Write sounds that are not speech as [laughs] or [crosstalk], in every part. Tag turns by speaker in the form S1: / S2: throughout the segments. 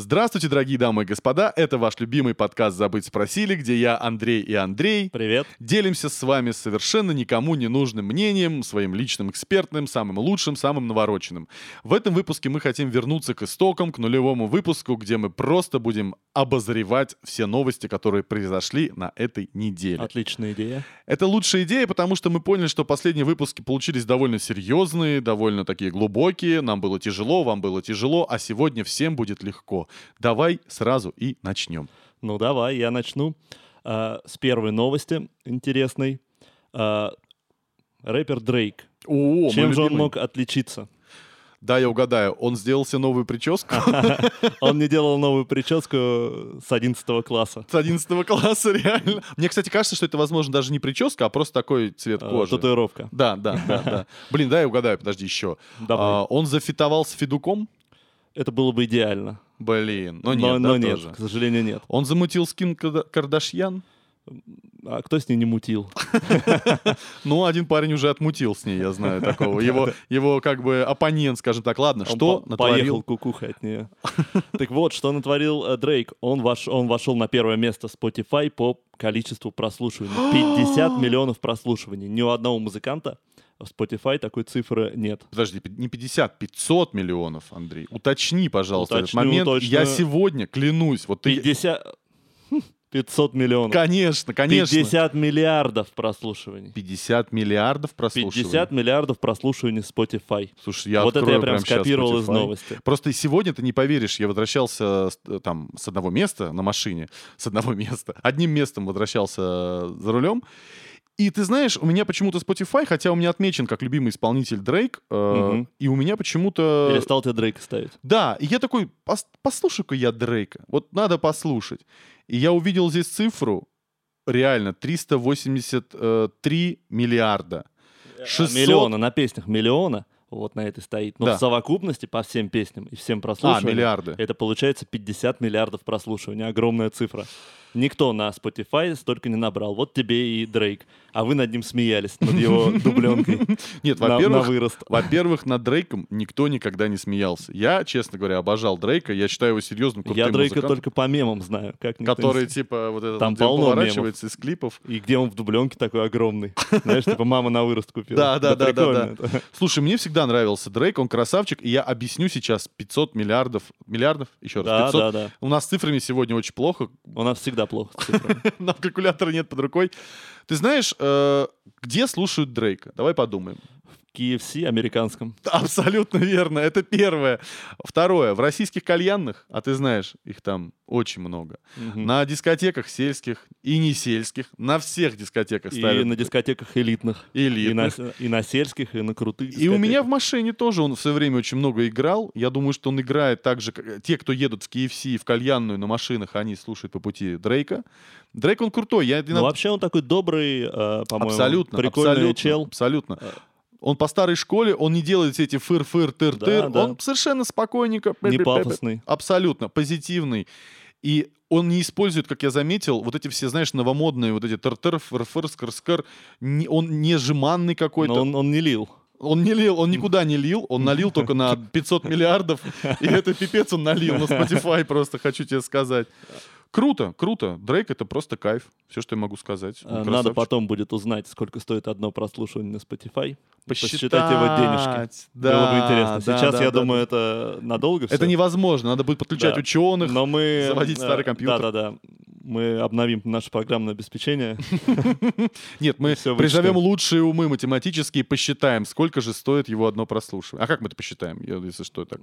S1: Здравствуйте, дорогие дамы и господа. Это ваш любимый подкаст «Забыть спросили», где я, Андрей и Андрей,
S2: Привет.
S1: делимся с вами совершенно никому не нужным мнением, своим личным экспертным, самым лучшим, самым навороченным. В этом выпуске мы хотим вернуться к истокам, к нулевому выпуску, где мы просто будем обозревать все новости, которые произошли на этой неделе.
S2: Отличная идея.
S1: Это лучшая идея, потому что мы поняли, что последние выпуски получились довольно серьезные, довольно такие глубокие. Нам было тяжело, вам было тяжело, а сегодня всем будет легко. Давай сразу и начнем.
S2: Ну давай, я начну а, с первой новости интересной. А, рэпер Дрейк.
S1: О,
S2: Чем же он мог отличиться?
S1: Да, я угадаю. Он сделал себе новую прическу
S2: Он не делал новую прическу с 11 класса.
S1: [laughs] с 11 класса, реально. Мне, кстати, кажется, что это, возможно, даже не прическа, а просто такой цвет
S2: А,
S1: кожи.
S2: Татуировка.
S1: Да, да, да, да. Блин, да, я угадаю, подожди, еще.
S2: Давай.
S1: А, Он зафитовал с Федуком?
S2: Это было бы идеально.
S1: Блин, но нет, да,
S2: но нет,
S1: тоже.
S2: к сожалению, нет.
S1: Он замутил с Ким Карда- Кардашьян?
S2: А кто с ней не мутил?
S1: Ну, один парень уже отмутил с ней, я [laughs] знаю такого. Его, его как бы оппонент, скажем так. Ладно,
S2: Он
S1: что
S2: по- Поехал
S1: натворил?
S2: кукухой от нее. [laughs] Так вот, что натворил э, Дрейк? Он, вош- он вошел на первое место Spotify по количеству
S1: [gasps]
S2: прослушиваний. 50 миллионов прослушиваний. Ни у одного музыканта в Spotify такой цифры нет.
S1: Подожди, пи- не 50, 500 миллионов, Андрей. Уточни, пожалуйста, этот
S2: Уточню,
S1: момент.
S2: точно.
S1: Я сегодня клянусь, вот ты...
S2: 50... 500 хм, миллионов.
S1: Конечно, конечно.
S2: 50 миллиардов прослушиваний.
S1: 50 миллиардов прослушиваний.
S2: 50 миллиардов прослушиваний Spotify.
S1: Слушай, я
S2: вот это я
S1: открою
S2: прям
S1: щас
S2: скопировал из
S1: Spotify.
S2: новости.
S1: Просто сегодня ты не поверишь, я возвращался с- э, там с одного места на машине, с одного [laughs] места, одним местом возвращался э, за рулем. И ты знаешь, у меня почему-то Spotify, хотя у меня отмечен как любимый исполнитель Дрейк, э,
S2: Мгм.
S1: и у меня почему-то...
S2: Перестал тебе Дрейка ставить.
S1: Да, и я такой, «Пос- послушай-ка я Дрейка, вот надо послушать. И я увидел здесь цифру, реально, 383 миллиарда. 600
S2: Миллиона на песнях миллиона. Вот на этой стоит. Но
S1: Да.
S2: в совокупности по всем песням и всем
S1: А,
S2: прослушиваниям
S1: миллиарды.
S2: это получается 50 миллиардов прослушиваний. Огромная цифра. Никто на Spotify столько не набрал. Вот тебе и Дрейк. А вы над ним смеялись, над
S1: [laughs]
S2: его дубленкой.
S1: Нет,
S2: на-
S1: во-первых,
S2: На вырост.
S1: Во-первых, над Дрейком никто никогда не смеялся. Я, честно говоря, обожал Дрейка. Я считаю его серьезным крутым
S2: Я Дрейка
S1: музыкантом,
S2: только по мемам знаю. Как никто не
S1: который,
S2: с-
S1: типа, вот этот
S2: Там
S1: он, где он
S2: полно
S1: поворачивается из клипов.
S2: И где он в дубленке такой
S1: [laughs]
S2: огромный. Знаешь, типа мама на вырост купила.
S1: Да, да, да, да,
S2: прикольно это.
S1: Слушай, мне всегда нравился Дрейк, он красавчик, и я объясню сейчас 500 миллиардов, миллиардов, еще раз,
S2: Да,
S1: 500.
S2: да, да.
S1: У нас с цифрами сегодня очень плохо, [laughs]
S2: У нас всегда плохо с цифрами.
S1: нам калькулятора нет под рукой. Ты знаешь, э, где слушают Дрейка? Давай подумаем. [laughs]
S2: KFC американском.
S1: Абсолютно верно, это первое. Второе, в российских кальянных, а ты знаешь, их там очень много.
S2: Мгм.
S1: На дискотеках сельских и не сельских, на всех дискотеках
S2: И
S1: ставят
S2: на дискотеках элитных. И на,
S1: элитных.
S2: с- и на сельских, и на крутых
S1: И у меня в
S2: дискотеках.
S1: машине тоже он все время очень много играл. Я думаю, что он играет так же, как э, те, кто едут в KFC и в кальянную на машинах, они слушают по пути Дрейка. Дрейк, он крутой. Я
S2: Ну, вообще он такой добрый, э, по-моему,
S1: абсолютно,
S2: прикольный
S1: абсолютно,
S2: чел.
S1: Абсолютно.
S2: Э.
S1: Он по старой школе, он не делает все эти фыр-фыр-тыр-тыр.
S2: Да, да.
S1: Он совершенно спокойненько.
S2: Не пафосный.
S1: Абсолютно, позитивный. И он не использует, как я заметил, вот эти все, знаешь, новомодные вот эти тартер, фарфор, скар-скар. Не- Он не жеманный какой-то.
S2: Но
S1: Он...
S2: он, он не лил.
S1: не лил, он никуда не лил. Он налил только
S2: [laughs]
S1: на 500 миллиардов. И это пипец он налил на Spotify, просто хочу тебе сказать. Круто, круто. Дрейк — это просто кайф. Все, что я могу сказать. Он
S2: Э, Надо
S1: красавчик.
S2: потом будет узнать, сколько стоит одно прослушивание на Spotify.
S1: Посчитать
S2: посчитать его денежки.
S1: Да,
S2: Было бы интересно.
S1: да,
S2: Сейчас,
S1: да,
S2: я
S1: да,
S2: думаю, это надолго
S1: да. Это
S2: всё.
S1: невозможно. Надо будет подключать
S2: Да.
S1: ученых.
S2: Но мы... э,
S1: заводить старый компьютер.
S2: Да-да-да. Мы обновим наше программное обеспечение.
S1: Нет, мы
S2: Всё
S1: призовем
S2: вычитаем.
S1: лучшие умы математические, посчитаем, сколько же стоит его одно прослушивание. А как мы это посчитаем, я- если что так?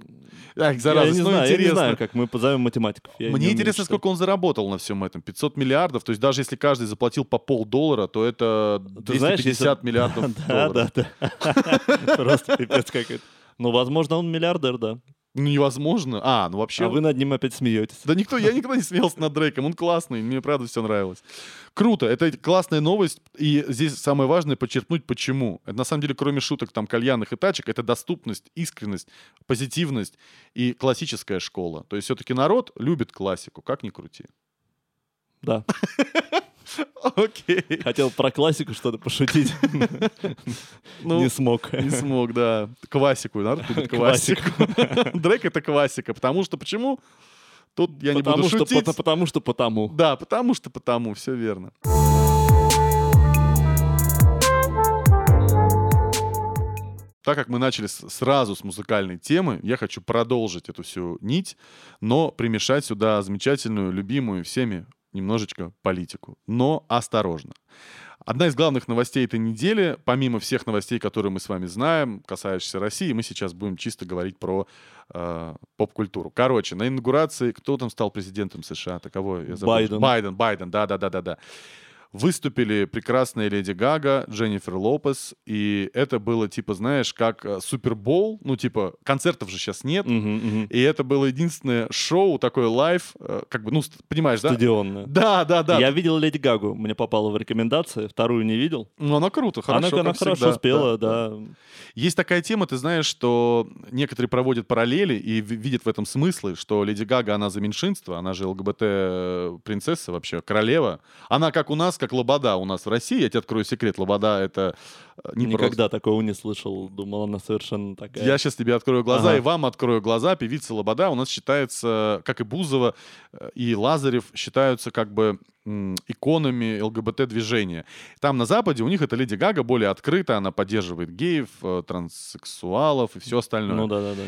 S1: Ах, зараза,
S2: я не
S1: ну
S2: знаю, я не
S1: интересно.
S2: знаю, как мы позовем математиков. Я не
S1: Мне
S2: умею
S1: интересно,
S2: читать.
S1: сколько он заработал на всем этом. 500 миллиардов. То есть даже если каждый заплатил по полдоллара, то это
S2: Ты знаешь,
S1: 250
S2: если-
S1: миллиардов
S2: [laughs] Да,
S1: долларов.
S2: да, да. [laughs] Просто пипец какой-то. Ну, возможно, он миллиардер, да.
S1: Ну, невозможно. А, ну вообще...
S2: А вы над ним опять смеетесь.
S1: Да никто, я никогда не смеялся над Дрейком, он классный, мне правда все нравилось. Круто, это классная новость, и здесь самое важное подчеркнуть, почему. Это на самом деле, кроме шуток там кальянных и тачек, это доступность, искренность, позитивность и классическая школа. То есть все-таки народ любит классику, как ни крути.
S2: Да.
S1: Окей.
S2: Хотел про классику что-то пошутить.
S1: [laughs] Ну,
S2: Не смог.
S1: не смог, [laughs] да. Классику, народ любит классику. Дрейк — это классика, потому что почему? Тут я
S2: [laughs] потому,
S1: не буду
S2: что,
S1: шутить.
S2: пото- потому что потому.
S1: Да, потому что потому, все верно. Так как мы начали с- сразу с музыкальной темы, я хочу продолжить эту всю нить, но примешать сюда замечательную, любимую всеми немножечко политику. Но осторожно. Одна из главных новостей этой недели, помимо всех новостей, которые мы с вами знаем, касающихся России, мы сейчас будем чисто говорить про э, поп-культуру. Короче, на инаугурации кто там стал президентом США? Таково я забыл.
S2: Байден.
S1: Байден, Байден, да-да-да-да-да. Выступили прекрасная Леди Гага, Дженнифер Лопес, и это было типа, знаешь, как э, Супербол, ну типа концертов же сейчас нет,
S2: Мгм, мгм.
S1: и это было единственное шоу, такое лайв, э, как бы, ну, с- понимаешь, да?
S2: Стадионная.
S1: Да, да, да.
S2: Я видел Леди Гагу, мне попала в рекомендации, вторую не видел.
S1: Ну, она круто, хорошо.
S2: она она
S1: как
S2: хорошо
S1: всегда.
S2: спела, да.
S1: Есть такая тема, ты знаешь, что некоторые проводят параллели и ви- видят в этом смыслы, что Леди Гага, она за меньшинство, она же ЛГБТ-принцесса вообще, королева. Она как у нас, как Лобода у нас в России, я тебе открою секрет, Лобода это э, не просто-
S2: Никогда такого не слышал, думал, она совершенно такая.
S1: Я сейчас тебе открою глаза,
S2: Ага.
S1: и вам открою глаза. Певица Лобода у нас считается, как и Бузова, э, и Лазарев, считаются как бы м, иконами ЛГБТ-движения. Там на Западе у них это Леди Гага более открыта, она поддерживает геев, э, транссексуалов и все остальное.
S2: Ну да, да, да.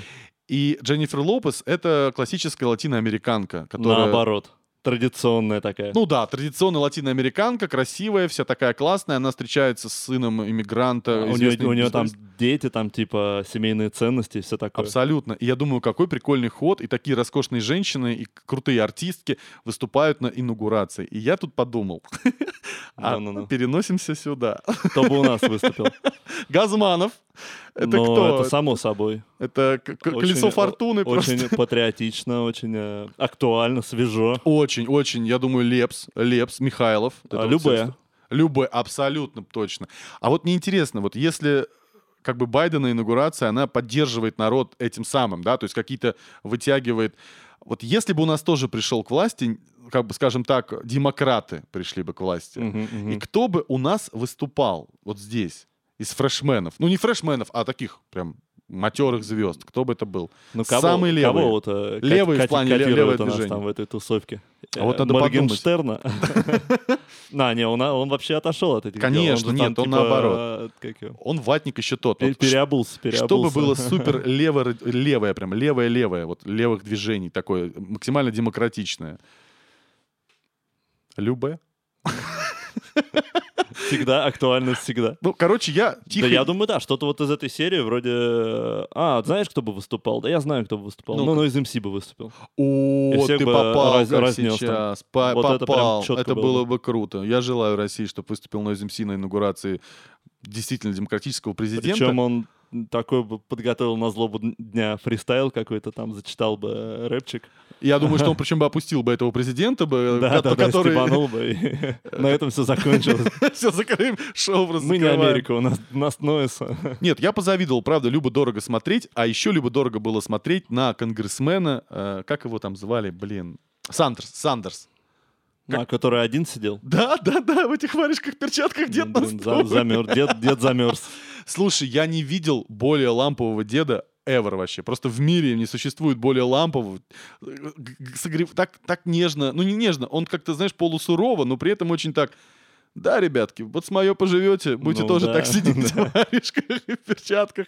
S1: И Дженнифер Лопес — это классическая латиноамериканка, которая...
S2: Наоборот. Традиционная такая.
S1: Ну да, традиционная латиноамериканка, красивая, вся такая классная. Она встречается с сыном иммигранта.
S2: А у
S1: известной
S2: нее, у неё там
S1: гитариста.
S2: дети, там типа семейные ценности и все такое. [laughs]
S1: Абсолютно. И я думаю, какой прикольный ход. И такие роскошные женщины, и к- крутые артистки выступают на инаугурации. И я тут подумал, [laughs] а
S2: Да-ну-ну.
S1: переносимся сюда.
S2: Кто бы у нас выступил.
S1: Газманов. [laughs] Это
S2: Но
S1: кто?
S2: Это само собой.
S1: Это к- к-
S2: Очень-
S1: колесо фортуны просто.
S2: Очень патриотично, очень э, актуально, свежо.
S1: Очень, очень. Я думаю, Лепс, Лепс, Михайлов.
S2: А,
S1: вот
S2: Любэ.
S1: всё, что- Любэ, абсолютно точно. А вот мне интересно, вот если как бы Байдена инаугурация, она поддерживает народ этим самым, да, то есть какие-то вытягивает. Вот если бы у нас тоже пришел к власти, как бы, скажем так, демократы пришли бы к власти,
S2: Мгм, мгм.
S1: и кто бы у нас выступал вот здесь из фрешменов? Ну, не фрешменов, а таких прям матерых звезд. Кто бы это был?
S2: Ну,
S1: самый левый.
S2: Кого вот, э,
S1: Левый в
S2: кат-
S1: плане ле-
S2: котируют
S1: левое
S2: у нас
S1: движение.
S2: там в этой тусовке?
S1: А вот
S2: Э,
S1: надо подумать.
S2: Моргенштерна? [laughs] На, не, он он вообще отошел от этих дел.
S1: Конечно,
S2: же там,
S1: нет, он
S2: типа,
S1: наоборот.
S2: э, как его,
S1: Он ватник еще тот.
S2: пер-
S1: Вот что-
S2: Переобулся, переобулся.
S1: Чтобы было супер лево, левое, прям левое-левое, вот левых движений такое, максимально демократичное. Любе.
S2: [laughs] Всегда актуально, всегда.
S1: Ну, короче, я тихо...
S2: Да я думаю, да, что-то вот из этой серии вроде... э, А, знаешь, кто бы выступал? Да я знаю, кто бы выступал.
S1: Ну-ка.
S2: Ну, ну из МС бы выступил.
S1: О,
S2: И всех
S1: ты
S2: бы
S1: попал
S2: раз-
S1: как
S2: разнес там.
S1: сейчас. Па-
S2: Вот это прям
S1: попал. Это,
S2: чётко было
S1: было бы круто. Я желаю России, чтобы выступил Нойз МС на инаугурации действительно демократического президента.
S2: Причем он такой бы подготовил на злобу дня фристайл какой-то там, зачитал бы э, рэпчик.
S1: Я думаю,
S2: [laughs]
S1: что он причем бы опустил бы этого президента, бы,
S2: Да, да, да,
S1: который
S2: стебанул бы.
S1: [laughs]
S2: и На этом все закончилось.
S1: все закрыли, шоу просто
S2: Мы не
S1: закрываем.
S2: Америка, у нас, у нас Нойс.
S1: Нет, я позавидовал, правда, Любо дорого смотреть, а еще Любо дорого было смотреть на конгрессмена, э, как его там звали, блин, Сандерс, Сандерс.
S2: На который один сидел.
S1: Да, да, да, в этих варежках, перчатках дед
S2: Блин, за-
S1: Носков.
S2: замер, дед,
S1: [laughs]
S2: дед замерз.
S1: Слушай, я не видел более лампового деда ever вообще. Просто в мире не существует более лампового. Г- г- согрев- Так, так нежно, ну не нежно, он как-то, знаешь, полусурово, но при этом очень так... Да, ребятки, вот с мое поживете, будете
S2: Ну
S1: тоже
S2: да,
S1: так
S2: [laughs]
S1: сидеть в варежках и в перчатках.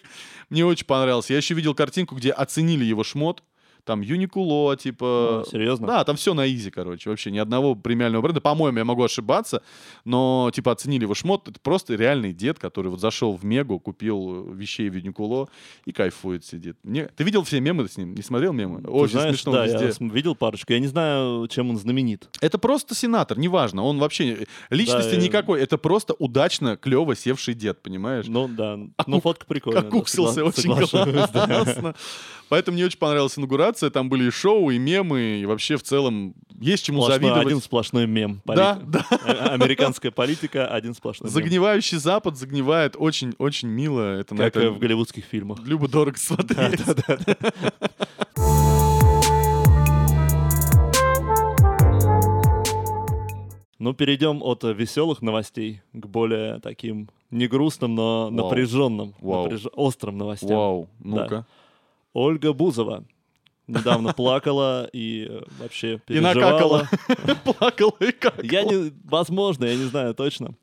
S1: Мне очень понравилось. Я еще видел картинку, где оценили его шмот. Там Юникуло, типа...
S2: А, серьезно?
S1: Да, там все на изи, короче, вообще ни одного премиального бренда. По-моему, я могу ошибаться, но типа оценили его шмот. Это просто реальный дед, который вот зашел в Мегу, купил э, вещей в Юникуло и кайфует сидит. Мне... Ты видел все мемы с ним? Не смотрел мемы?
S2: Ты
S1: Очень
S2: знаешь,
S1: смешно
S2: да,
S1: везде.
S2: я см- видел парочку. Я не знаю, чем он знаменит.
S1: Это просто сенатор, неважно. Он вообще... не- Личности
S2: Да, э.
S1: никакой. Это просто удачно, клево севший дед, понимаешь?
S2: Ну да, ну фотка прикольная. да,
S1: Окуксился
S2: согла-
S1: очень
S2: соглашусь, да.
S1: классно. Поэтому мне очень понравилась инаугурация. Там были и шоу, и мемы, и вообще в целом есть чему
S2: Сплошной-
S1: завидовать.
S2: Один сплошной мем.
S1: Да,
S2: Поли- а- Американская политика, один сплошной мем.
S1: Загнивающий Запад загнивает очень-очень мило. Это на
S2: Как э,
S1: это
S2: в голливудских фильмах.
S1: любо дорого смотреть.
S2: Ну, перейдем от веселых новостей к более таким не грустным, но
S1: Вау.
S2: напряженным,
S1: Вау.
S2: напряж- острым новостям.
S1: Вау, ну-ка.
S2: Ольга Бузова недавно плакала и э, вообще
S1: И
S2: переживала.
S1: накакала. [laughs] Плакала и как.
S2: Я не, возможно, я не знаю точно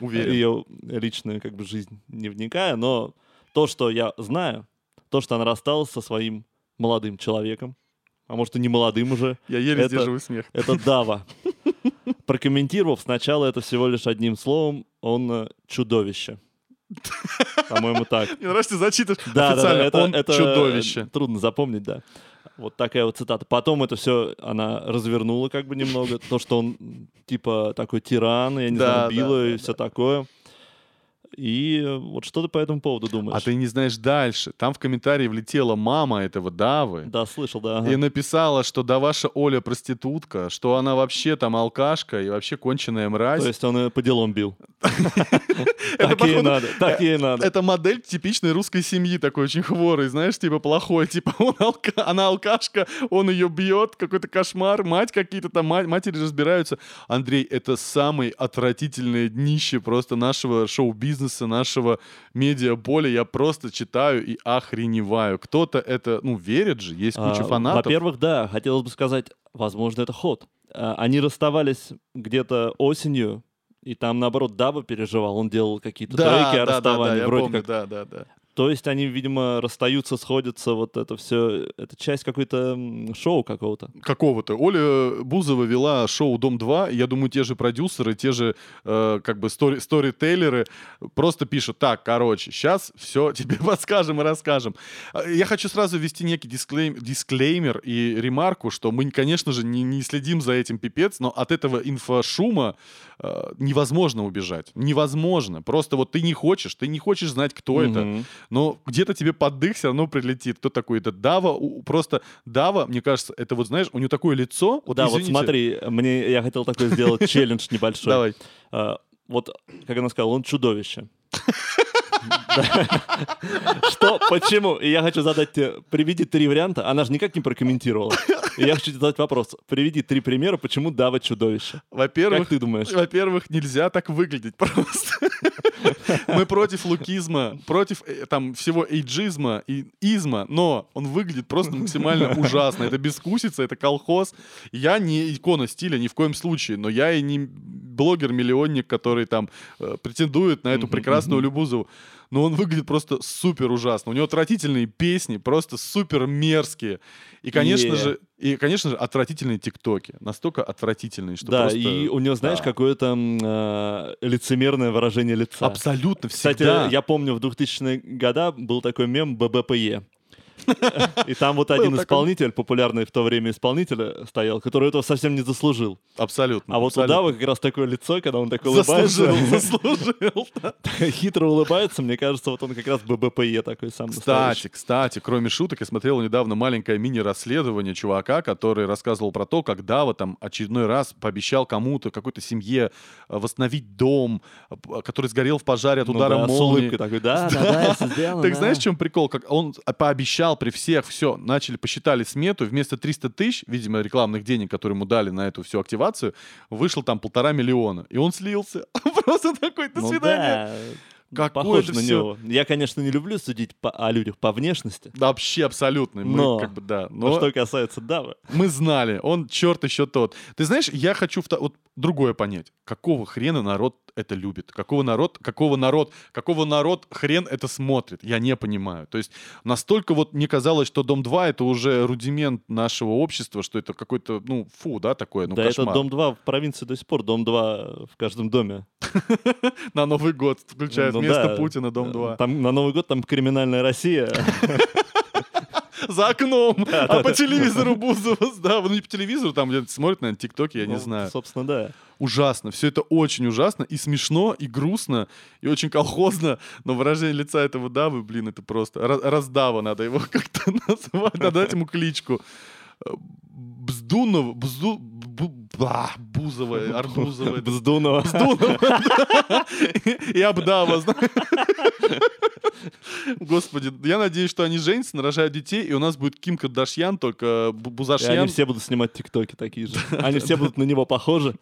S1: Уверен.
S2: ее личную как бы жизнь не вникая, но то, что я знаю, то, что она рассталась со своим молодым человеком, а может и не молодым уже,
S1: Я еле
S2: это-
S1: сдерживаю смех.
S2: это Дава. Прокомментировав сначала это всего лишь одним словом, он э, чудовище. По-моему, так.
S1: Мне нравится, ты зачитываешь
S2: Да, да, да,
S1: официально.
S2: это,
S1: он
S2: это, э,
S1: чудовище.
S2: Трудно запомнить, да. Вот такая вот цитата. Потом это все она развернула как бы немного. То, что он м, типа такой тиран, я не
S1: Да,
S2: знаю, била
S1: да,
S2: и
S1: да,
S2: все такое. И э, вот что ты по этому поводу думаешь?
S1: А ты не знаешь дальше. Там в комментарии влетела мама этого Давы.
S2: Да, слышал, да. ага.
S1: И написала, что да ваша Оля проститутка, что она вообще там алкашка и вообще конченая мразь.
S2: То есть он э, по делам бил.
S1: Это,
S2: Так ей
S1: походу,
S2: надо, так ей надо.
S1: Это модель типичной русской семьи, такой очень хворый, знаешь, типа плохой, [laughs] типа он алка- она алкашка, он ее бьет, какой-то кошмар, мать какие-то там, мать, матери разбираются. Андрей, это самое отвратительное днище просто нашего шоу-бизнеса, нашего медиаполя. Я просто читаю и охреневаю. Кто-то это, ну, верит же, есть куча
S2: А,
S1: фанатов.
S2: Во-первых, да, хотелось бы сказать, возможно, это ход. А, Они расставались где-то осенью, и там, наоборот, Даба переживал, он делал какие-то треки о
S1: да,
S2: расставании,
S1: да, я
S2: вроде
S1: помню,
S2: как.
S1: да, да, да.
S2: То есть они, видимо, расстаются, сходятся, вот это все, это часть какой-то м, шоу какого-то.
S1: какого-то. Оля Бузова вела шоу «Дом-2», и я думаю, те же продюсеры, те же э, как бы стори- сторителлеры просто пишут, так, короче, сейчас все тебе [laughs] подскажем и расскажем. А, Я хочу сразу ввести некий дисклейм- дисклеймер и ремарку, что мы, конечно же, не, не следим за этим пипец, но от этого инфошума э, невозможно убежать. Невозможно. Просто вот ты не хочешь, ты не хочешь знать, кто это.
S2: Мгм.
S1: Но где-то тебе под дых все равно прилетит. Кто такой? Это Дава. У- Просто Дава, мне кажется, это вот, знаешь, у него такое лицо. Вот,
S2: да,
S1: извините.
S2: вот смотри, мне я хотел такой
S1: [laughs]
S2: сделать челлендж небольшой.
S1: Давай.
S2: А, вот, как она сказала, он чудовище. [laughs] Да. Что, почему? И я хочу задать тебе, приведи три варианта, она же никак не прокомментировала. И я хочу тебе задать вопрос, приведи три примера, почему Дава чудовище. Как
S1: Во-первых,
S2: ты думаешь?
S1: во-первых, нельзя так выглядеть [laughs] просто. Мы против лукизма, против э, там всего эйджизма и изма, но он выглядит просто
S2: [laughs]
S1: максимально ужасно. Это бескусица, это колхоз. Я не икона стиля ни в коем случае, но я и не блогер-миллионник, который там э, претендует на эту
S2: Мгм,
S1: прекрасную Любузову. Но он выглядит просто супер ужасно. У него отвратительные песни, просто супер мерзкие. И, конечно
S2: Е.
S1: же, и, конечно же, отвратительные тиктоки. Настолько отвратительные, что
S2: Да,
S1: просто...
S2: и у нее, знаешь,
S1: да.
S2: какое-то м, э, лицемерное выражение лица.
S1: Абсолютно
S2: Кстати,
S1: всегда.
S2: я помню, в 2000-е года был такой мем ББПЕ. И там вот один
S1: такой.
S2: исполнитель, популярный в то время исполнитель, э, стоял, который этого совсем не заслужил.
S1: Абсолютно.
S2: А вот у
S1: абсолютно.
S2: Давы как раз такое лицо, когда он так улыбается, [laughs]
S1: Заслужил, заслужил. да.
S2: хитро улыбается, мне кажется, вот он как раз ББПЕ такой сам
S1: Кстати,
S2: настоящий.
S1: кстати, кроме шуток, я смотрел недавно маленькое мини-расследование чувака, который рассказывал про то, как Дава там очередной раз пообещал кому-то, какой-то семье э, восстановить дом, э, п- который сгорел в пожаре от
S2: Ну
S1: удара
S2: да, с
S1: молнии.
S2: улыбкой такой, да, да, да, я всё сделал, [laughs]
S1: Так
S2: да».
S1: знаешь, в чем прикол? Как он пообещал при всех, все, начали, посчитали смету, вместо 300 тысяч, видимо, рекламных денег, которые ему дали на эту всю активацию, вышло там полтора миллиона. И он слился. [laughs] Просто такой, до
S2: Ну
S1: свидания.
S2: да,
S1: Какое
S2: похоже
S1: это
S2: на
S1: всё.
S2: него. Я, конечно, не люблю судить по- о людях по внешности,
S1: Да, Вообще абсолютно. Мы
S2: Но.
S1: как бы, да.
S2: но
S1: Но
S2: что касается Давы,
S1: мы знали, он черт еще тот. Ты знаешь, я хочу вто- вот другое понять. Какого хрена народ это любит? Какого народ, какого народ, какого народ хрен это смотрит? Я не понимаю. То есть настолько вот мне казалось, что Дом-2 это уже рудимент нашего общества, что это какой-то, ну, фу, да, такое, ну,
S2: да
S1: кошмар.
S2: это Дом-2 в провинции до сих пор, Дом-2 в каждом доме.
S1: На Новый год включают
S2: Ну
S1: вместо
S2: да. Э,
S1: Путина Дом-2.
S2: Там на Новый год там криминальная Россия.
S1: За окном, а по телевизору Бузова, [laughs] да, ну не по телевизору, там где-то смотрят, наверное, ТикТоки, я не
S2: Ну,
S1: знаю.
S2: Собственно, да.
S1: ужасно. Все это очень ужасно и смешно, и грустно, и очень колхозно. Но выражение лица этого Давы, блин, это просто... ра- Раздава надо его [laughs] как-то назвать, надо дать ему кличку. Э, Бздунова, Бзду... Бу- бла, Бузова,
S2: [laughs]
S1: Арбузова.
S2: Бздунова.
S1: Бздунова. да. И Абдава, знаешь. Господи, я надеюсь, что они женятся, нарожают детей, и у нас будет Ким Кардашьян, только э, Бу-
S2: И они
S1: Бузашьян с
S2: все будут снимать тиктоки
S1: [laughs]
S2: такие же. Они все будут на него похожи.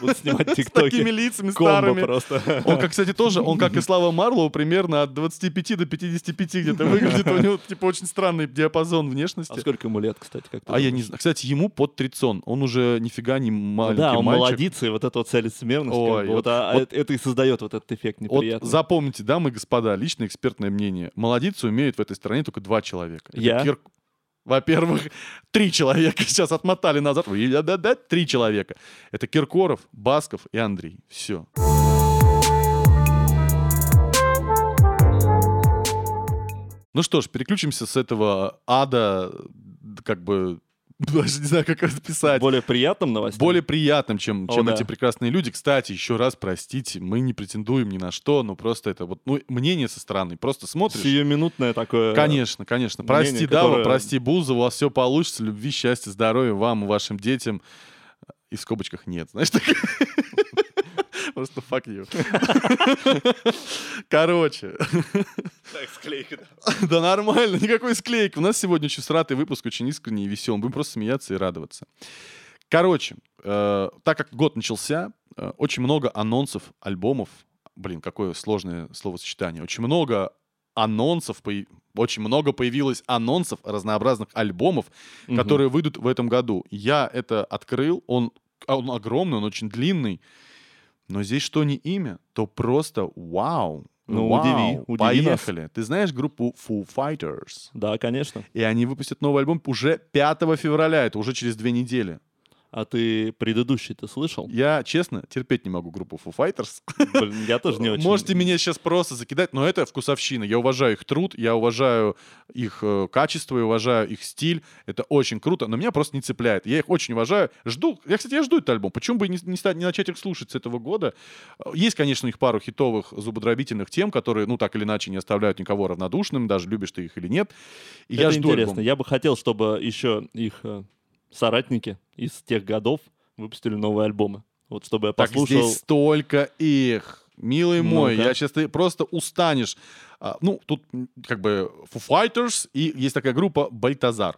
S2: Будут снимать
S1: такими
S2: тиктоки.
S1: лицами
S2: Комбо
S1: старыми.
S2: просто. А
S1: Он, как, кстати, тоже, он, как и Слава Марлоу, примерно от 25 до 55 где-то выглядит. У него, типа, очень странный диапазон
S2: А
S1: внешности.
S2: сколько ему лет, кстати? Как ты
S1: А я
S2: думаешь?
S1: не знаю. Кстати, ему под 30. Он уже нифига не
S2: Ну
S1: маленький
S2: Да, он
S1: мальчик.
S2: молодец, и вот эта вот целесмерность, как
S1: Ой,
S2: бы,
S1: вот-
S2: вот, а,
S1: вот-
S2: это- это и создает вот этот эффект
S1: Вот
S2: неприятный.
S1: запомните, дамы и господа, личное экспертное мнение. Молодицы умеют в этой стране только два человека. Это
S2: Я?
S1: Кирк- Во-первых, [laughs] три человека сейчас отмотали назад. Ой, да-да-да, Три человека. Это Киркоров, Басков и Андрей. Все. Ну что ж, переключимся с этого ада, д- как бы, [laughs] даже не знаю, как это писать.
S2: Более приятным новостям.
S1: Более приятным, чем,
S2: О,
S1: чем
S2: да.
S1: эти прекрасные люди. Кстати, еще раз простите, мы не претендуем ни на что, но просто это вот ну, мнение со стороны. Просто смотришь.
S2: Сиюминутное такое. [laughs]
S1: Конечно, конечно.
S2: э, мнение,
S1: Прости Дава,
S2: которое-
S1: прости Буза, у вас все получится. Любви, счастья, здоровья вам и вашим детям. И в скобочках нет, знаешь, так. Просто fuck you. Короче,
S2: Так, склейка.
S1: [laughs] да нормально, никакой склейки. У нас сегодня очень сратый выпуск, очень искренний и веселый. Будем просто смеяться и радоваться. Короче, э, так как год начался, э, очень много анонсов альбомов. Блин, какое сложное словосочетание. Очень много анонсов, появ- очень много появилось анонсов разнообразных альбомов,
S2: Мгм.
S1: которые выйдут в этом году. Я это открыл, он, а он огромный, он очень длинный. Но здесь что не имя, то просто вау.
S2: Ну,
S1: Вау,
S2: удиви, удиви
S1: Поехали. Ты знаешь группу Foo Fighters?
S2: Да, конечно.
S1: И они выпустят новый альбом уже 5 февраля, это уже через две недели.
S2: А ты предыдущий ты слышал?
S1: Я, честно, терпеть не могу группу Foo Fighters.
S2: Блин, я тоже не очень.
S1: Можете меня сейчас просто закидать, но это вкусовщина. Я уважаю их труд, я уважаю их э, качество, я уважаю их стиль. Это очень круто, но меня просто не цепляет. Я их очень уважаю. Жду. Я, кстати, я жду этот альбом. Почему бы и не, не ста- не начать их слушать с этого года? Э, Есть, конечно, у них пару хитовых зубодробительных тем, которые, ну, так или иначе, не оставляют никого равнодушным, даже любишь ты их или нет. И
S2: Это
S1: я жду
S2: интересно.
S1: альбом.
S2: Я бы хотел, чтобы еще их э, соратники из тех годов выпустили новые альбомы. Вот чтобы я
S1: Так
S2: э, послушал.
S1: здесь столько их. Милый
S2: Ну-ка.
S1: мой, я сейчас ты просто устанешь. А, ну, тут м, как бы Foo Fighters и есть такая группа Бальтазар.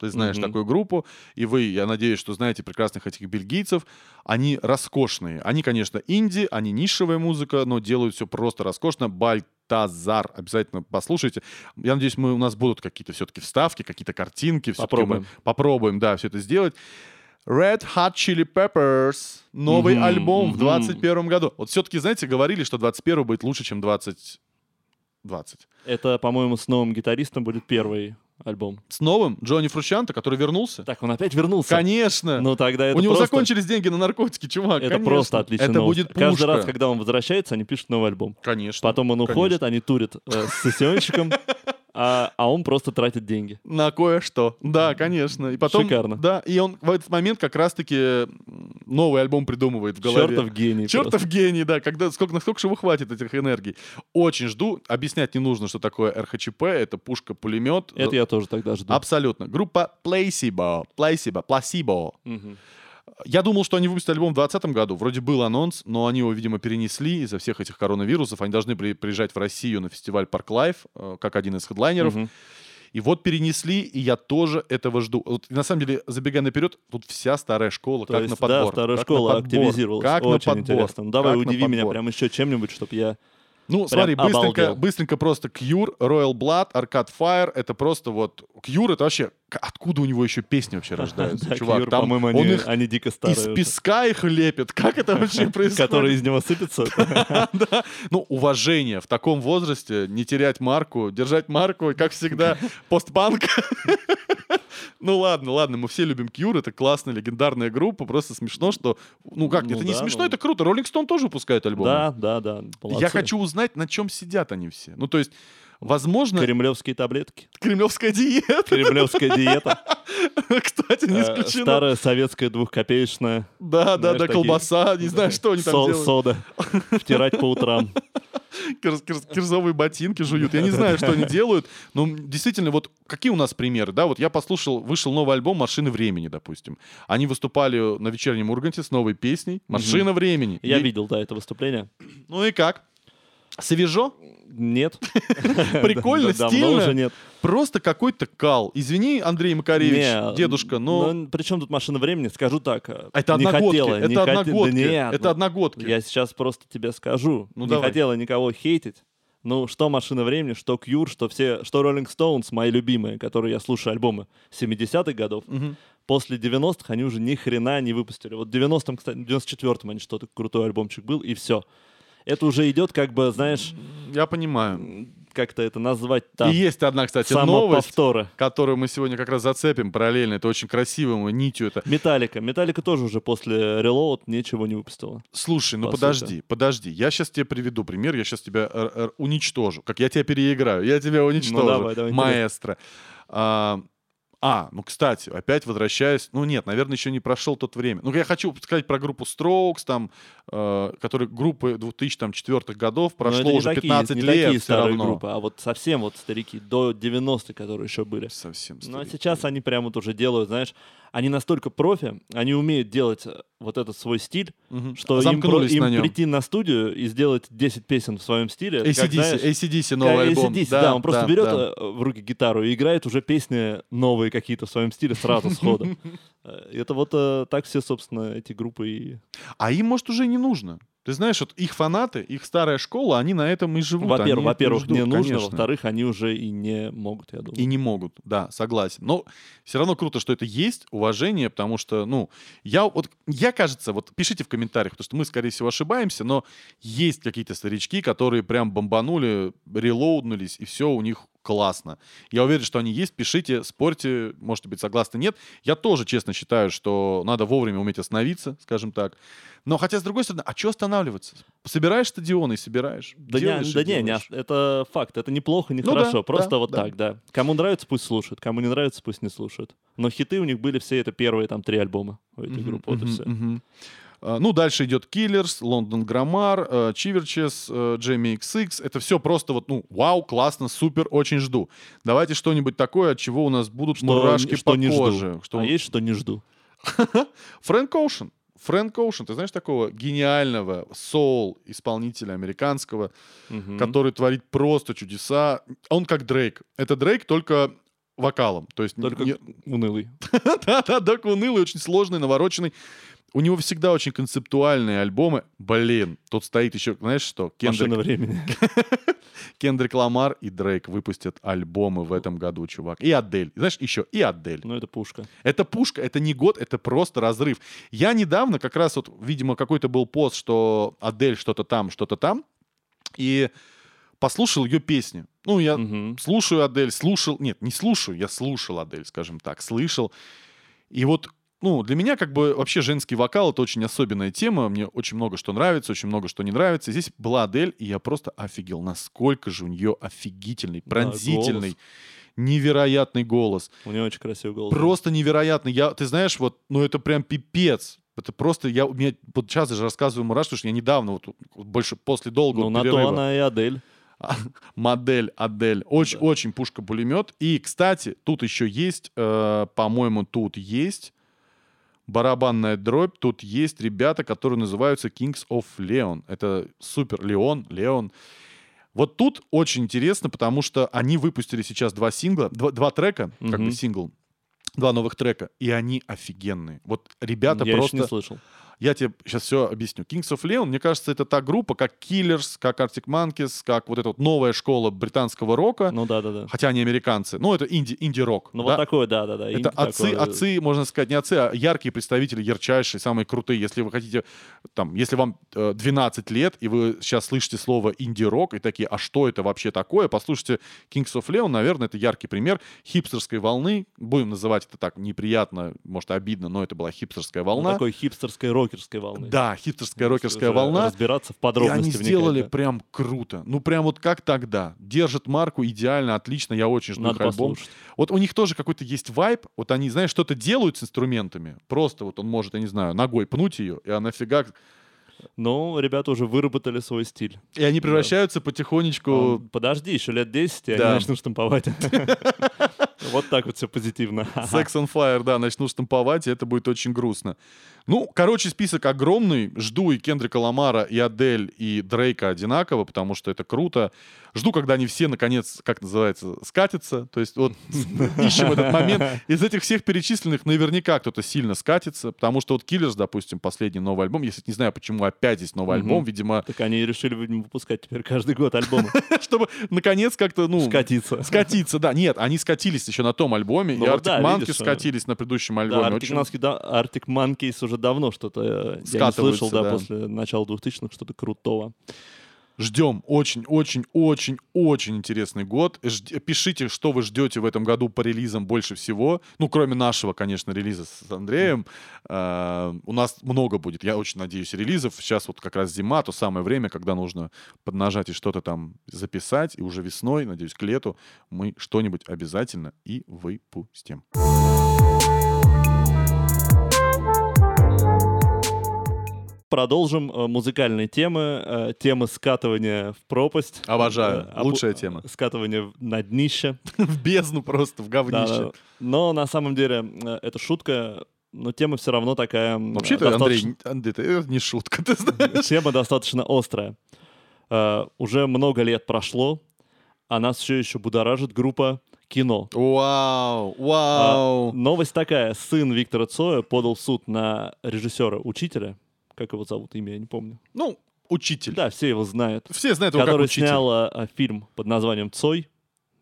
S1: Ты знаешь
S2: Мгм.
S1: такую группу, и вы, я надеюсь, что знаете прекрасных этих бельгийцев. Они роскошные. Они, конечно, инди, они нишевая музыка, но делают все просто роскошно. Бальтазар. Обязательно послушайте. Я надеюсь, мы, у нас будут какие-то все-таки вставки, какие-то картинки. Всё-таки
S2: Попробуем.
S1: мы попробуем, да, все это сделать. Red Hot Chili Peppers. Новый
S2: Мгм,
S1: альбом в
S2: мгм.
S1: 21 году. Вот все-таки, знаете, говорили, что 21 будет лучше, чем 20... 20.
S2: Это, по-моему, с новым гитаристом будет первый альбом.
S1: С новым Джонни Фрущанто, который вернулся.
S2: Так, он опять вернулся.
S1: Конечно.
S2: Ну тогда это
S1: У него
S2: просто...
S1: закончились деньги на наркотики, чувак.
S2: Это
S1: конечно.
S2: просто отлично.
S1: Это будет пушка.
S2: Каждый раз, когда он возвращается, они пишут новый альбом.
S1: Конечно.
S2: Потом он
S1: Конечно.
S2: уходит, они турят э, с
S1: [laughs]
S2: сессионщиком, а, а он просто тратит деньги.
S1: На кое-что. Да, конечно. И потом,
S2: Шикарно.
S1: Да, и он в этот момент как раз-таки м, новый альбом придумывает в голове.
S2: Чертов гений. просто.
S1: Чертов гений, да, когда, сколько, насколько же его хватит этих энергий. Очень жду. Объяснять не нужно, что такое РХЧП. Это пушка-пулемет.
S2: Это я тоже тогда жду.
S1: А Абсолютно. Группа Placebo. Placebo. Placebo.
S2: Мгм.
S1: Я думал, что они выпустят альбом в 2020 году. Вроде был анонс, но они его, видимо, перенесли из-за всех этих коронавирусов. Они должны при- приезжать в Россию на фестиваль Парк Лайф, э, как один из хедлайнеров.
S2: Мгм.
S1: И вот перенесли, и я тоже этого жду. Вот, и на самом деле, забегая наперед, тут вся старая школа,
S2: То
S1: как
S2: есть,
S1: на подбор.
S2: да, старая
S1: как на
S2: школа
S1: подбор,
S2: активизировалась.
S1: Как
S2: Очень
S1: на подбор.
S2: интересно. Ну, давай
S1: как на
S2: удиви меня
S1: подбор.
S2: прям еще чем-нибудь, чтобы
S1: [laughs]
S2: я...
S1: Ну,
S2: Прям
S1: смотри, быстренько,
S2: обалдел.
S1: быстренько просто Кьюр, Royal Blood, Arcade Fire, это просто вот... Кьюр, это вообще... к- Откуда у него еще песни
S2: [laughs]
S1: вообще рождаются,
S2: Так,
S1: чувак?
S2: Юр,
S1: Там
S2: по-моему,
S1: он
S2: они,
S1: их
S2: они дико старые.
S1: из
S2: уже,
S1: песка их лепит. Как это
S2: [laughs]
S1: вообще происходит?
S2: Которые из него сыпятся.
S1: Да. Ну, уважение. В таком возрасте не терять марку, держать марку, как
S2: [laughs]
S1: всегда, постпанк. [laughs] Ну ладно, ладно, мы все любим Кьюр, это классная, легендарная группа, просто смешно, что... Ну как,
S2: Ну
S1: это не
S2: да,
S1: смешно,
S2: ну.
S1: это круто, Роллинг Стоун тоже выпускает альбомы.
S2: Да, да, да.
S1: Я
S2: молодцы.
S1: хочу узнать, на чем сидят они все. Ну, то есть, возможно,
S2: Кремлевские таблетки. [laughs]
S1: кремлевская диета. [laughs]
S2: Кремлевская диета.
S1: Кстати, [laughs] не
S2: э,
S1: исключено.
S2: Старая советская двухкопеечная.
S1: Да, да,
S2: знаешь,
S1: да,
S2: такие-
S1: колбаса, не знаю, что они там
S2: Сол-
S1: делают. [laughs]
S2: Сода. Втирать по утрам.
S1: Кир- кир- Кирзовые ботинки жуют.
S2: [laughs]
S1: Я не знаю, что они делают. Но м, действительно, вот какие у нас примеры, да? Вот я послушал, вышел новый альбом «Машины времени», допустим. Они выступали на вечернем Урганте с новой песней «Машина времени».
S2: Я
S1: И-
S2: видел, да, это выступление.
S1: Ну и как? Свежо,
S2: Нет.
S1: [laughs] прикольно,
S2: [laughs] Да- Давно
S1: стильно.
S2: уже нет.
S1: Просто какой-то кал. Извини, Андрей Макаревич,
S2: Не, ну,
S1: дедушка, но...
S2: Причем тут машина времени? Скажу так. э,
S1: А это
S2: не
S1: одногодки,
S2: хотела, не
S1: это
S2: хоте- да
S1: одногодки,
S2: нет,
S1: это
S2: ну,
S1: одногодки.
S2: Я сейчас просто тебе скажу.
S1: Ну,
S2: не
S1: давай.
S2: хотела никого хейтить. Ну, что «Машина времени», что «Кьюр», что все, что «Роллинг Стоунс», мои любимые, которые я слушаю альбомы 70-х годов.
S1: Мгм.
S2: После 90-х они уже ни хрена не выпустили. Вот в 90-м, кстати, в 94-м они что-то крутой альбомчик был, и все. Это уже идет, как бы, знаешь,
S1: Я понимаю.
S2: м, как-то это назвать там,
S1: И есть одна, кстати, новость,
S2: самоповторы.
S1: которую мы сегодня как раз зацепим параллельно. Это очень красивым нитью это.
S2: Металлика. Металлика тоже уже после Reload ничего не выпустила.
S1: Слушай, ну
S2: По
S1: подожди,
S2: сути.
S1: подожди. Я сейчас тебе приведу пример, я сейчас тебя э, э, уничтожу. Как я тебя переиграю, я тебя уничтожу.
S2: Ну давай, давай,
S1: маэстро. А, а, ну, кстати, опять возвращаюсь. Ну, нет, наверное, еще не прошел тот время. Ну, я хочу сказать про группу Strokes, там, э, которые группы 2004-х годов,
S2: Но это
S1: прошло
S2: не
S1: уже
S2: такие-
S1: 15
S2: не
S1: лет всё
S2: такие старые
S1: равно.
S2: группы, а вот совсем вот старики, до 90-х, которые еще были.
S1: Совсем
S2: Ну, а
S1: старики.
S2: сейчас они прямо вот уже делают, знаешь, они настолько профи, они умеют делать э, вот этот свой стиль,
S1: Мгм.
S2: что им, про-
S1: Замкнулись
S2: им
S1: на нем.
S2: прийти на студию и сделать 10 песен в своем стиле. это как,
S1: ACDC,
S2: знаешь,
S1: ACDC
S2: как
S1: новый альбом.
S2: AC/DC, да, он просто
S1: да,
S2: берет
S1: да.
S2: э, в руки гитару и играет уже песни новые какие-то в своем стиле сразу
S1: [laughs]
S2: сходу. Э, Это вот э, так все, собственно, эти группы и...
S1: А им, может, уже не нужно. Ты знаешь, вот их фанаты, их старая школа, они на этом и живут. они
S2: Во-первых,
S1: это
S2: во-первых, не
S1: ждут,
S2: нужно,
S1: конечно.
S2: во-вторых, они уже и не могут, я думаю.
S1: И не могут, да, согласен. Но все равно круто, что это есть, уважение, потому что, ну, я вот, я, кажется, вот пишите в комментариях, потому что мы, скорее всего, ошибаемся, но есть какие-то старички, которые прям бомбанули, релоуднулись, и все у них классно. Я уверен, что они есть, пишите, спорьте, можете быть согласны, нет. Я тоже, честно, считаю, что надо вовремя уметь остановиться, скажем так. Но хотя, с другой стороны, а что останавливаться? Собираешь стадионы и собираешь.
S2: Да,
S1: Делаешь
S2: не,
S1: и
S2: да не, не,
S1: делаешь.
S2: это факт, это неплохо, не
S1: Ну да,
S2: хорошо,
S1: да,
S2: просто вот
S1: да.
S2: так, да. Кому нравится, пусть слушают, кому не нравится, пусть не слушают. Но хиты у них были все это первые там три альбома у этой
S1: Мгм,
S2: группы, вот и
S1: мгм,
S2: все.
S1: мгм. А, Ну, дальше идет Киллерс, Лондон Граммар, Чиверчес, Джейми XX. Это все просто вот, ну, вау, классно, супер, очень жду. Давайте что-нибудь такое, от чего у нас будут мурашки
S2: что
S1: по
S2: не
S1: коже.
S2: жду.
S1: Что...
S2: А есть что не жду.
S1: Фрэнк Оушен. Фрэнк Оушен, ты знаешь такого гениального соул-исполнителя американского,
S2: Мгм.
S1: который творит просто чудеса. Он как Дрейк. Это Дрейк только вокалом. То есть
S2: Только
S1: не-
S2: унылый.
S1: Да-да, Док унылый, очень сложный, навороченный. У него всегда очень концептуальные альбомы. Блин, тут стоит еще, знаешь что?
S2: Машина
S1: Кендрик, [laughs]
S2: времени.
S1: Кендрик Ламар и Дрейк выпустят альбомы в этом году, чувак. И Адель. Знаешь, еще и Адель.
S2: Ну, это пушка.
S1: Это пушка, это не год, это просто разрыв. Я недавно, как раз вот, видимо, какой-то был пост, что Адель что-то там, что-то там, и послушал ее песни. Ну, я
S2: Мгм.
S1: слушаю Адель, слушал, нет, не слушаю, я слушал Адель, скажем так, слышал. И вот, ну, для меня как бы вообще женский вокал это очень особенная тема, мне очень много что нравится, очень много что не нравится. И Здесь была Адель, и я просто офигел, насколько же у нее офигительный,
S2: Да,
S1: пронзительный,
S2: голос.
S1: невероятный голос.
S2: У нее очень красивый голос.
S1: Просто невероятный. Я, ты знаешь, вот, ну это прям пипец. Это просто, я, у меня, вот сейчас даже рассказываю мураш, потому что я недавно, вот, больше после долгого
S2: Ну, на то
S1: перерыва-
S2: она и Адель.
S1: Модель, Адель. Очень,
S2: Да.
S1: очень пушка-пулемет. И, кстати, тут еще есть, э, по-моему, тут есть барабанная дробь. Тут есть ребята, которые называются Kings of Leon. Это супер. Леон, Леон. Вот тут очень интересно, потому что они выпустили сейчас два сингла, два, два трека, как
S2: Мгм.
S1: бы сингл, два новых трека, и они офигенные. Вот ребята
S2: Я еще
S1: просто... [laughs]
S2: не слышал.
S1: Я тебе сейчас все объясню. Kings of Leon, мне кажется, это та группа, как Killers, как Arctic Monkeys, как вот эта вот новая школа британского рока,
S2: Ну, да-да-да.
S1: хотя они американцы. Ну, это инди, инди-рок.
S2: Ну,
S1: да?
S2: вот такое, да-да-да.
S1: это отцы, отцы, можно сказать, не отцы, а яркие представители, ярчайшие, самые крутые. Если вы хотите, там, если вам э, 12 лет, и вы сейчас слышите слово инди-рок, и такие, а что это вообще такое? Послушайте Kings of Leon, наверное, это яркий пример хипстерской волны. Будем называть это так неприятно, может, обидно, но это была хипстерская волна.
S2: Такой хипстерской, рокерской волны.
S1: Да, хипстерская
S2: Если
S1: рокерская
S2: уже
S1: волна.
S2: Разбираться в
S1: И
S2: подробности.
S1: они
S2: вникать,
S1: сделали
S2: да.
S1: прям круто. Ну, прям вот как тогда. Держат марку идеально, отлично. Я очень жду
S2: Надо
S1: их альбом.
S2: послушать.
S1: Вот у них тоже какой-то есть вайб. Вот они, знаешь, что-то делают с инструментами. Просто вот он может, я не знаю, ногой пнуть ее, и она фига...
S2: Ну, ребята уже выработали свой стиль.
S1: И они превращаются потихонечку...
S2: Он- Подожди, еще лет 10, и
S1: Да. [laughs]
S2: они начнут штамповать. Вот так вот все позитивно.
S1: Sex on Fire, да, начну штамповать, и это будет очень грустно. Ну, короче, список огромный. Жду и Кендрика Ламара, и Адель, и Дрейка одинаково, потому что это круто. Жду, когда они все, наконец, как называется, скатятся. То
S2: [laughs]
S1: есть вот ищем этот момент. Из этих всех перечисленных наверняка кто-то сильно скатится, потому что вот Киллерс, допустим, последний новый альбом. Я, кстати, не знаю, почему опять здесь новый
S2: Мгм.
S1: альбом. Видимо, [laughs]
S2: Так они решили, видимо, выпускать теперь каждый год альбомы.
S1: чтобы наконец как-то, ну...
S2: Скатиться.
S1: Скатиться, да. Нет, они скатились еще на том альбоме,
S2: Ну
S1: и
S2: вот
S1: Arctic
S2: да,
S1: Monkeys
S2: видишь, э,
S1: скатились на предыдущем
S2: Да,
S1: альбоме.
S2: Arctic
S1: Очень-
S2: Monkeys, да, Arctic Monkeys уже давно что-то... э, Я не
S1: Скатываются,
S2: слышал, да,
S1: да.
S2: после начала 2000-х что-то крутого.
S1: Ждем. Очень-очень-очень-очень интересный год. Жд- Пишите, что вы ждете в этом году по релизам больше всего. Ну, кроме нашего, конечно, релиза с Андреем. Э, У нас много будет, я очень надеюсь, релизов. Сейчас вот как раз зима, то самое время, когда нужно поднажать и что-то там записать. И уже весной, надеюсь, к лету мы что-нибудь обязательно и выпустим.
S2: Продолжим э, музыкальные темы. э, Тема скатывания в пропасть.
S1: Обожаю.
S2: Э, обу-
S1: Лучшая тема.
S2: Скатывание в- на днище.
S1: В бездну просто, в
S2: Да,
S1: говнище.
S2: Но на самом деле э, это шутка, но тема все равно такая... м,
S1: Вообще-то, Андрей,
S2: достаточно-
S1: Андрей, это не шутка, ты знаешь.
S2: [laughs] Тема достаточно острая. Э, Уже много лет прошло, а нас все еще будоражит группа «Кино».
S1: Вау,
S2: А,
S1: вау.
S2: новость такая. Сын Виктора Цоя подал в суд на режиссера-учителя. Как его зовут? Имя я не помню.
S1: Ну, учитель.
S2: Да, все его знают.
S1: Все знают его как
S2: Который
S1: учитель.
S2: снял э, фильм под названием «Цой».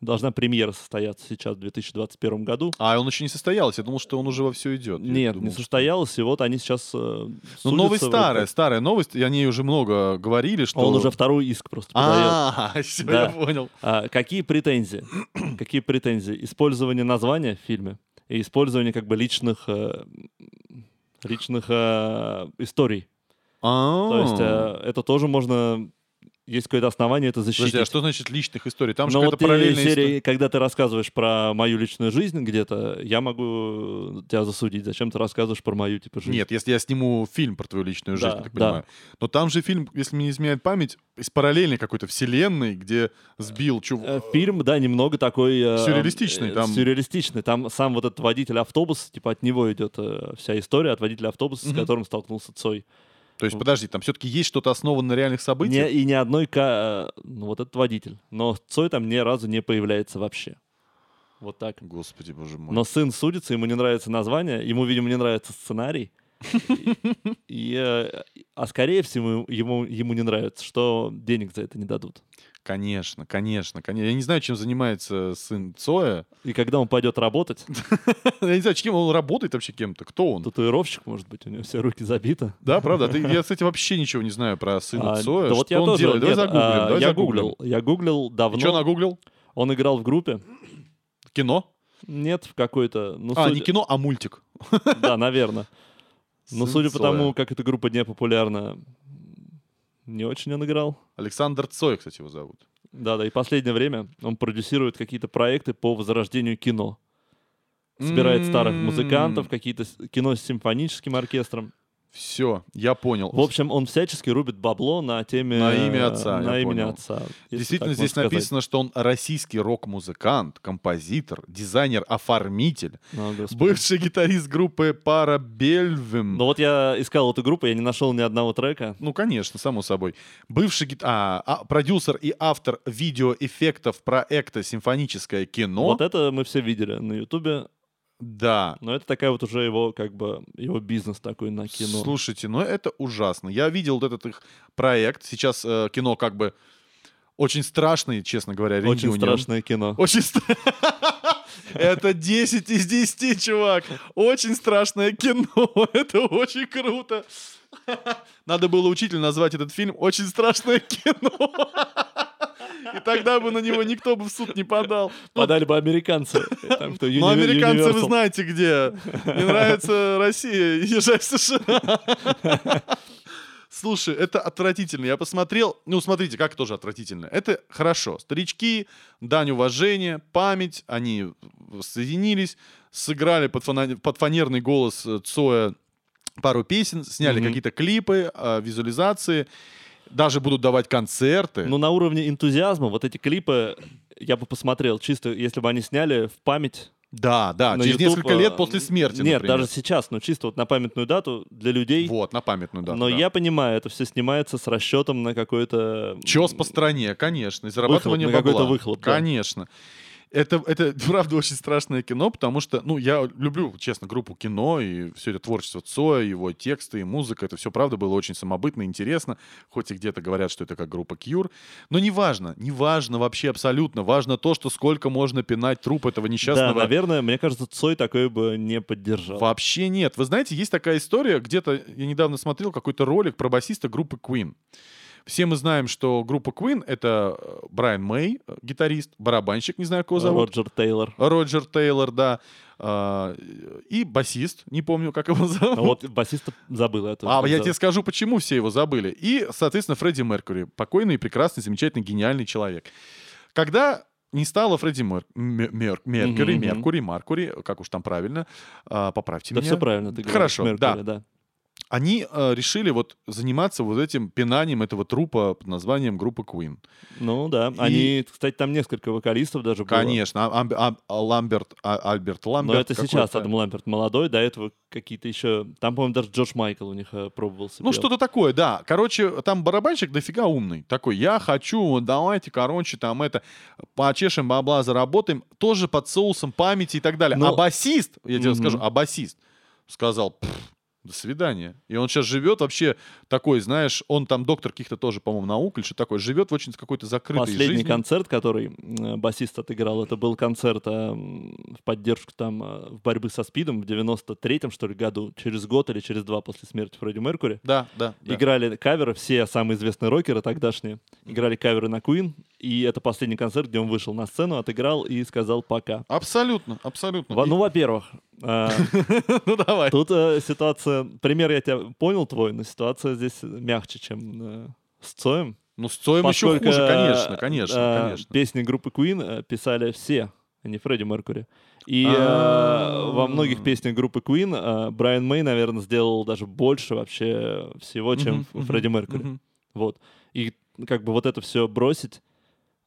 S2: Должна премьера состояться сейчас в 2021 году.
S1: А он еще не состоялся. Я думал, что он уже во все идет. Я
S2: Нет,
S1: думал,
S2: не
S1: что-
S2: состоялось, и вот они сейчас э,
S1: Ну,
S2: судятся
S1: новость
S2: в-
S1: старая, старая новость. И о ней уже много говорили, что...
S2: А Он уже второй иск просто подает.
S1: А, [laughs] все,
S2: Да.
S1: я понял.
S2: А, Какие претензии? [clears throat] Какие претензии? Использование названия в фильме и использование как бы личных э, личных э, историй. То есть
S1: То
S2: э, это тоже можно... Есть какое-то основание это защитить.
S1: Подожди, а что значит личных историй? Там же
S2: Но
S1: какая-то
S2: Ну вот те
S1: параллельная история.
S2: серии, когда ты рассказываешь про мою личную жизнь где-то, я могу тебя засудить. Зачем ты рассказываешь про мою типа жизнь?
S1: Нет, если я сниму фильм про твою личную жизнь,
S2: Да,
S1: я так
S2: да.
S1: понимаю. Но там же фильм, если мне не изменяет память, из параллельной какой-то вселенной, где сбил
S2: Э,
S1: чувак.
S2: Фильм, да, немного такой... э,
S1: Сюрреалистичный,
S2: э,
S1: там-
S2: Сюрреалистичный. Там сам вот этот водитель автобуса, типа от него идет э, вся история, от водителя автобуса, с
S1: Мгм.
S2: которым столкнулся Цой.
S1: То есть, подожди, там все-таки есть что-то основано на реальных событиях?
S2: Не- и ни одной... ка- э, Ну, вот этот водитель. Но Цой там ни разу не появляется вообще. Вот так.
S1: Господи, боже мой.
S2: Но сын судится, ему не нравится название, ему, видимо, не нравится сценарий. И- и, э, а скорее всего, ему, ему не нравится, что денег за это не дадут.
S1: Конечно, конечно, конечно. Я не знаю, чем занимается сын Цоя. [laughs]
S2: И когда он пойдет работать,
S1: Я не знаю, чем он работает вообще кем-то. Кто он?
S2: татуировщик, может быть, у него все руки забиты.
S1: Да, правда? а Ты- я, кстати, вообще ничего не знаю про сына
S2: А,
S1: Цоя.
S2: да вот
S1: что
S2: я
S1: он
S2: тоже,
S1: делает? Давай
S2: нет,
S1: загуглим.
S2: а,
S1: давай
S2: я
S1: загуглим.
S2: гуглил, я гуглил
S1: И
S2: давно.
S1: что нагуглил?
S2: Он играл в группе?
S1: Кино?
S2: Нет, в какой-то. Ну,
S1: а,
S2: судя-
S1: не кино, а мультик.
S2: Да, наверное. Но
S1: Сын
S2: Ну, судя по
S1: Цоя.
S2: тому, как эта группа не популярна, не очень он играл.
S1: Александр Цой, кстати, его зовут.
S2: Да, да, и последнее время он продюсирует какие-то проекты по возрождению кино. Собирает старых
S1: М.
S2: музыкантов, какие-то с- кино с симфоническим оркестром.
S1: Все, я понял.
S2: В общем, он всячески рубит бабло на теме...
S1: На имя отца,
S2: На
S1: я
S2: имени
S1: понял.
S2: отца. если
S1: Действительно,
S2: так можно
S1: здесь
S2: сказать.
S1: написано, что он российский рок-музыкант, композитор, дизайнер-оформитель,
S2: О, Господи.
S1: бывший гитарист группы Парабельвим.
S2: Но Ну вот я искал эту группу, я не нашел ни одного трека.
S1: Ну, конечно, само собой. Бывший гит... а, а, продюсер и автор видеоэффектов проекта «Симфоническое кино».
S2: Вот это мы все видели на Ютубе,
S1: Да.
S2: но это такая вот уже его, как бы, его бизнес такой на кино.
S1: Слушайте, ну это ужасно. Я видел вот этот их проект. Сейчас э, кино как бы очень страшный, честно говоря,
S2: Очень
S1: реюнион.
S2: страшное кино.
S1: Очень стра- [laughs] Это 10 из 10, чувак. Очень страшное кино. [laughs] Это очень круто. [laughs] Надо было учителю назвать этот фильм «Очень страшное кино». [laughs] И тогда бы на него никто бы в суд не подал. Ну,
S2: Подали бы
S1: [laughs]
S2: американцы. Там кто,
S1: Но
S2: Юни-
S1: Ну, американцы вы
S2: Universal.
S1: знаете где. Не нравится Россия, езжай в США. Слушай, это отвратительно. Я посмотрел, ну смотрите, как тоже отвратительно. Это хорошо. Старички, дань уважения, память, они соединились, сыграли под, фона- под фанерный голос э, Цоя пару песен, сняли
S2: Мгм.
S1: какие-то клипы, э, визуализации. даже будут давать концерты.
S2: Но Ну, на уровне энтузиазма вот эти клипы я бы посмотрел чисто, если бы они сняли в память.
S1: да, да,
S2: на
S1: А, через
S2: YouTube,
S1: несколько лет
S2: э,
S1: после смерти,
S2: Нет,
S1: например.
S2: даже сейчас, но чисто вот на памятную дату для людей.
S1: Вот, на памятную дату.
S2: но
S1: да.
S2: я понимаю, это все снимается с расчетом на какой-то...
S1: Чес по стране, конечно, и зарабатывание
S2: Выхлоп, на
S1: бабла.
S2: какой-то выхлоп, да.
S1: Конечно. Это, это, [laughs] правда, очень страшное кино, потому что, ну, я люблю, честно, группу кино и все это творчество Цоя, его тексты и музыка. Это все, правда, было очень самобытно, интересно. Хоть и где-то говорят, что это как группа Кьюр. Но неважно, неважно вообще абсолютно. Важно то, что сколько можно пинать труп этого
S2: да,
S1: несчастного
S2: наверное, мне кажется, Цой такое бы не поддержал.
S1: Вообще нет. Вы знаете, есть такая история, где-то я недавно смотрел какой-то ролик про басиста группы Queen. Все мы знаем, что группа Queen — это э, Брайан Мэй, э, гитарист, барабанщик, не знаю, кого зовут.
S2: Роджер Тейлор.
S1: Роджер Тейлор, да. А, И басист, не помню, как его [laughs]
S2: А
S1: зовут.
S2: Вот басиста забыл это.
S1: А я тебе скажу, почему все его забыли. И, соответственно, Фредди Меркьюри. Покойный, прекрасный, замечательный, гениальный человек. Когда не стало Фредди Мер- Мер- Мер- Меркьюри,
S2: Мгм, мгм.
S1: Меркури, Маркури, как уж там правильно, а, поправьте
S2: Да
S1: меня.
S2: все правильно ты говоришь.
S1: Хорошо,
S2: Меркьюри, да.
S1: Они э, решили вот заниматься вот этим пинанием этого трупа под названием группы Queen.
S2: Ну да,
S1: И-
S2: они, кстати, там несколько вокалистов даже было.
S1: Конечно, а- Амб- Ам- а Ламберт, а- Альберт Ламберт.
S2: Но это сейчас
S1: какой-то.
S2: Адам Ламперт молодой, до этого какие-то еще... Там, по-моему, даже Джордж Майкл у них э, пробовался.
S1: Ну, что-то такое, да. Короче, там барабанщик дофига умный. Такой, я хочу, вот давайте, короче, там это, почешем бабла, заработаем. Тоже под соусом памяти и так далее.
S2: Но-
S1: А басист, я тебе
S2: Мгм.
S1: скажу, а басист сказал, «Пф, до свидания. И он сейчас живет вообще такой, знаешь, он там доктор каких-то тоже, по-моему, наук или что такое, живет в очень какой-то закрытой
S2: Последний
S1: жизни.
S2: концерт, который э, басист отыграл, это был концерт э, м, в поддержку там э, в борьбы со СПИДом в 93-м, что ли, году, через год или через два после смерти Фредди Меркури.
S1: Да, да. да.
S2: Играли каверы, все самые известные рокеры тогдашние, играли каверы на Queen, и это последний концерт, где он вышел на сцену, отыграл и сказал «пока».
S1: Абсолютно, абсолютно.
S2: Во- Ну, во-первых, э,
S1: [laughs] Ну, давай.
S2: тут э, ситуация... Пример я тебя понял твой, но ситуация здесь мягче, чем э, с Цоем.
S1: Ну, с Цоем еще
S2: Поскольку,
S1: хуже,
S2: э,
S1: конечно, конечно,
S2: э,
S1: конечно.
S2: Песни группы Queen э, писали все, а не Фредди Меркури. И э,
S1: А-а-а.
S2: во многих песнях группы Queen э, Брайан Мэй, наверное, сделал даже больше вообще всего, чем
S1: Мгм, мгм,
S2: Фредди Меркури.
S1: мгм.
S2: Вот. И как бы вот это все бросить...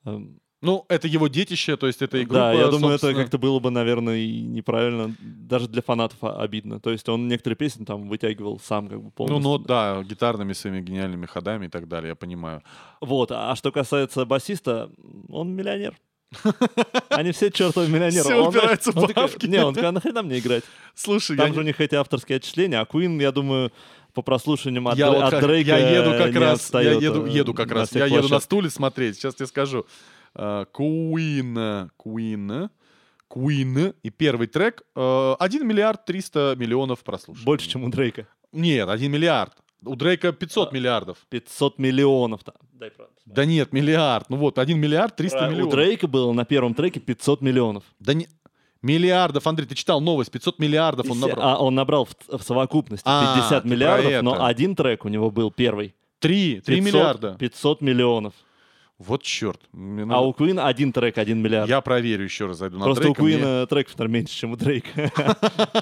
S2: э,
S1: Ну, это его детище, то есть это и группа,
S2: да, я думаю, это
S1: собственно.
S2: как-то было бы, наверное, и неправильно, даже для фанатов а- обидно. То есть он некоторые песни там вытягивал сам как бы
S1: Ну,
S2: полностью.
S1: ну, да, гитарными своими гениальными ходами и так далее, я понимаю.
S2: Вот, а а что касается басиста, он
S1: [laughs]
S2: миллионер. Они все чертовы миллионеры.
S1: Все
S2: Он,
S1: упирается
S2: знаешь,
S1: в
S2: он такой,
S1: бабки.
S2: Не, он говорит, «А нахрена мне играть?
S1: Слушай,
S2: Там
S1: я,
S2: же у них эти авторские отчисления, а Queen, я думаю, по прослушиваниям от,
S1: я
S2: Дре-
S1: вот
S2: от
S1: как-
S2: Дрейка
S1: я еду как
S2: не
S1: раз,
S2: отстаёт,
S1: я еду,
S2: э,
S1: еду как
S2: на
S1: раз,
S2: всех
S1: я еду на
S2: площадках.
S1: стуле смотреть, сейчас тебе скажу. Э, Queen, Queen, Queen, и первый трек э, 1 миллиард 300 миллионов прослушаний.
S2: Больше, чем у Дрейка.
S1: Нет, 1 миллиард. У Дрейка 500
S2: А.
S1: миллиардов.
S2: 500 миллионов. там. Дай правду.
S1: Да нет, миллиард. Ну вот, 1 миллиард 300
S2: Про- Э, У
S1: миллионов.
S2: Дрейка было на первом треке 500 миллионов.
S1: Да не... Миллиардов, Андрей, ты читал новость, 500 миллиардов он
S2: И-
S1: набрал.
S2: А он набрал в, в совокупности
S1: А,
S2: 50
S1: ты про
S2: миллиардов,
S1: это.
S2: но один трек у него был первый.
S1: Три, три
S2: 500
S1: миллиарда.
S2: 500 миллионов.
S1: Вот черт. Мне
S2: А
S1: надо-
S2: у Queen один трек, один миллиард.
S1: Я проверю еще раз, зайду на
S2: Просто
S1: Дрейка,
S2: у Куина
S1: мне-
S2: треков, наверное, меньше, чем у Дрейка.
S1: [laughs]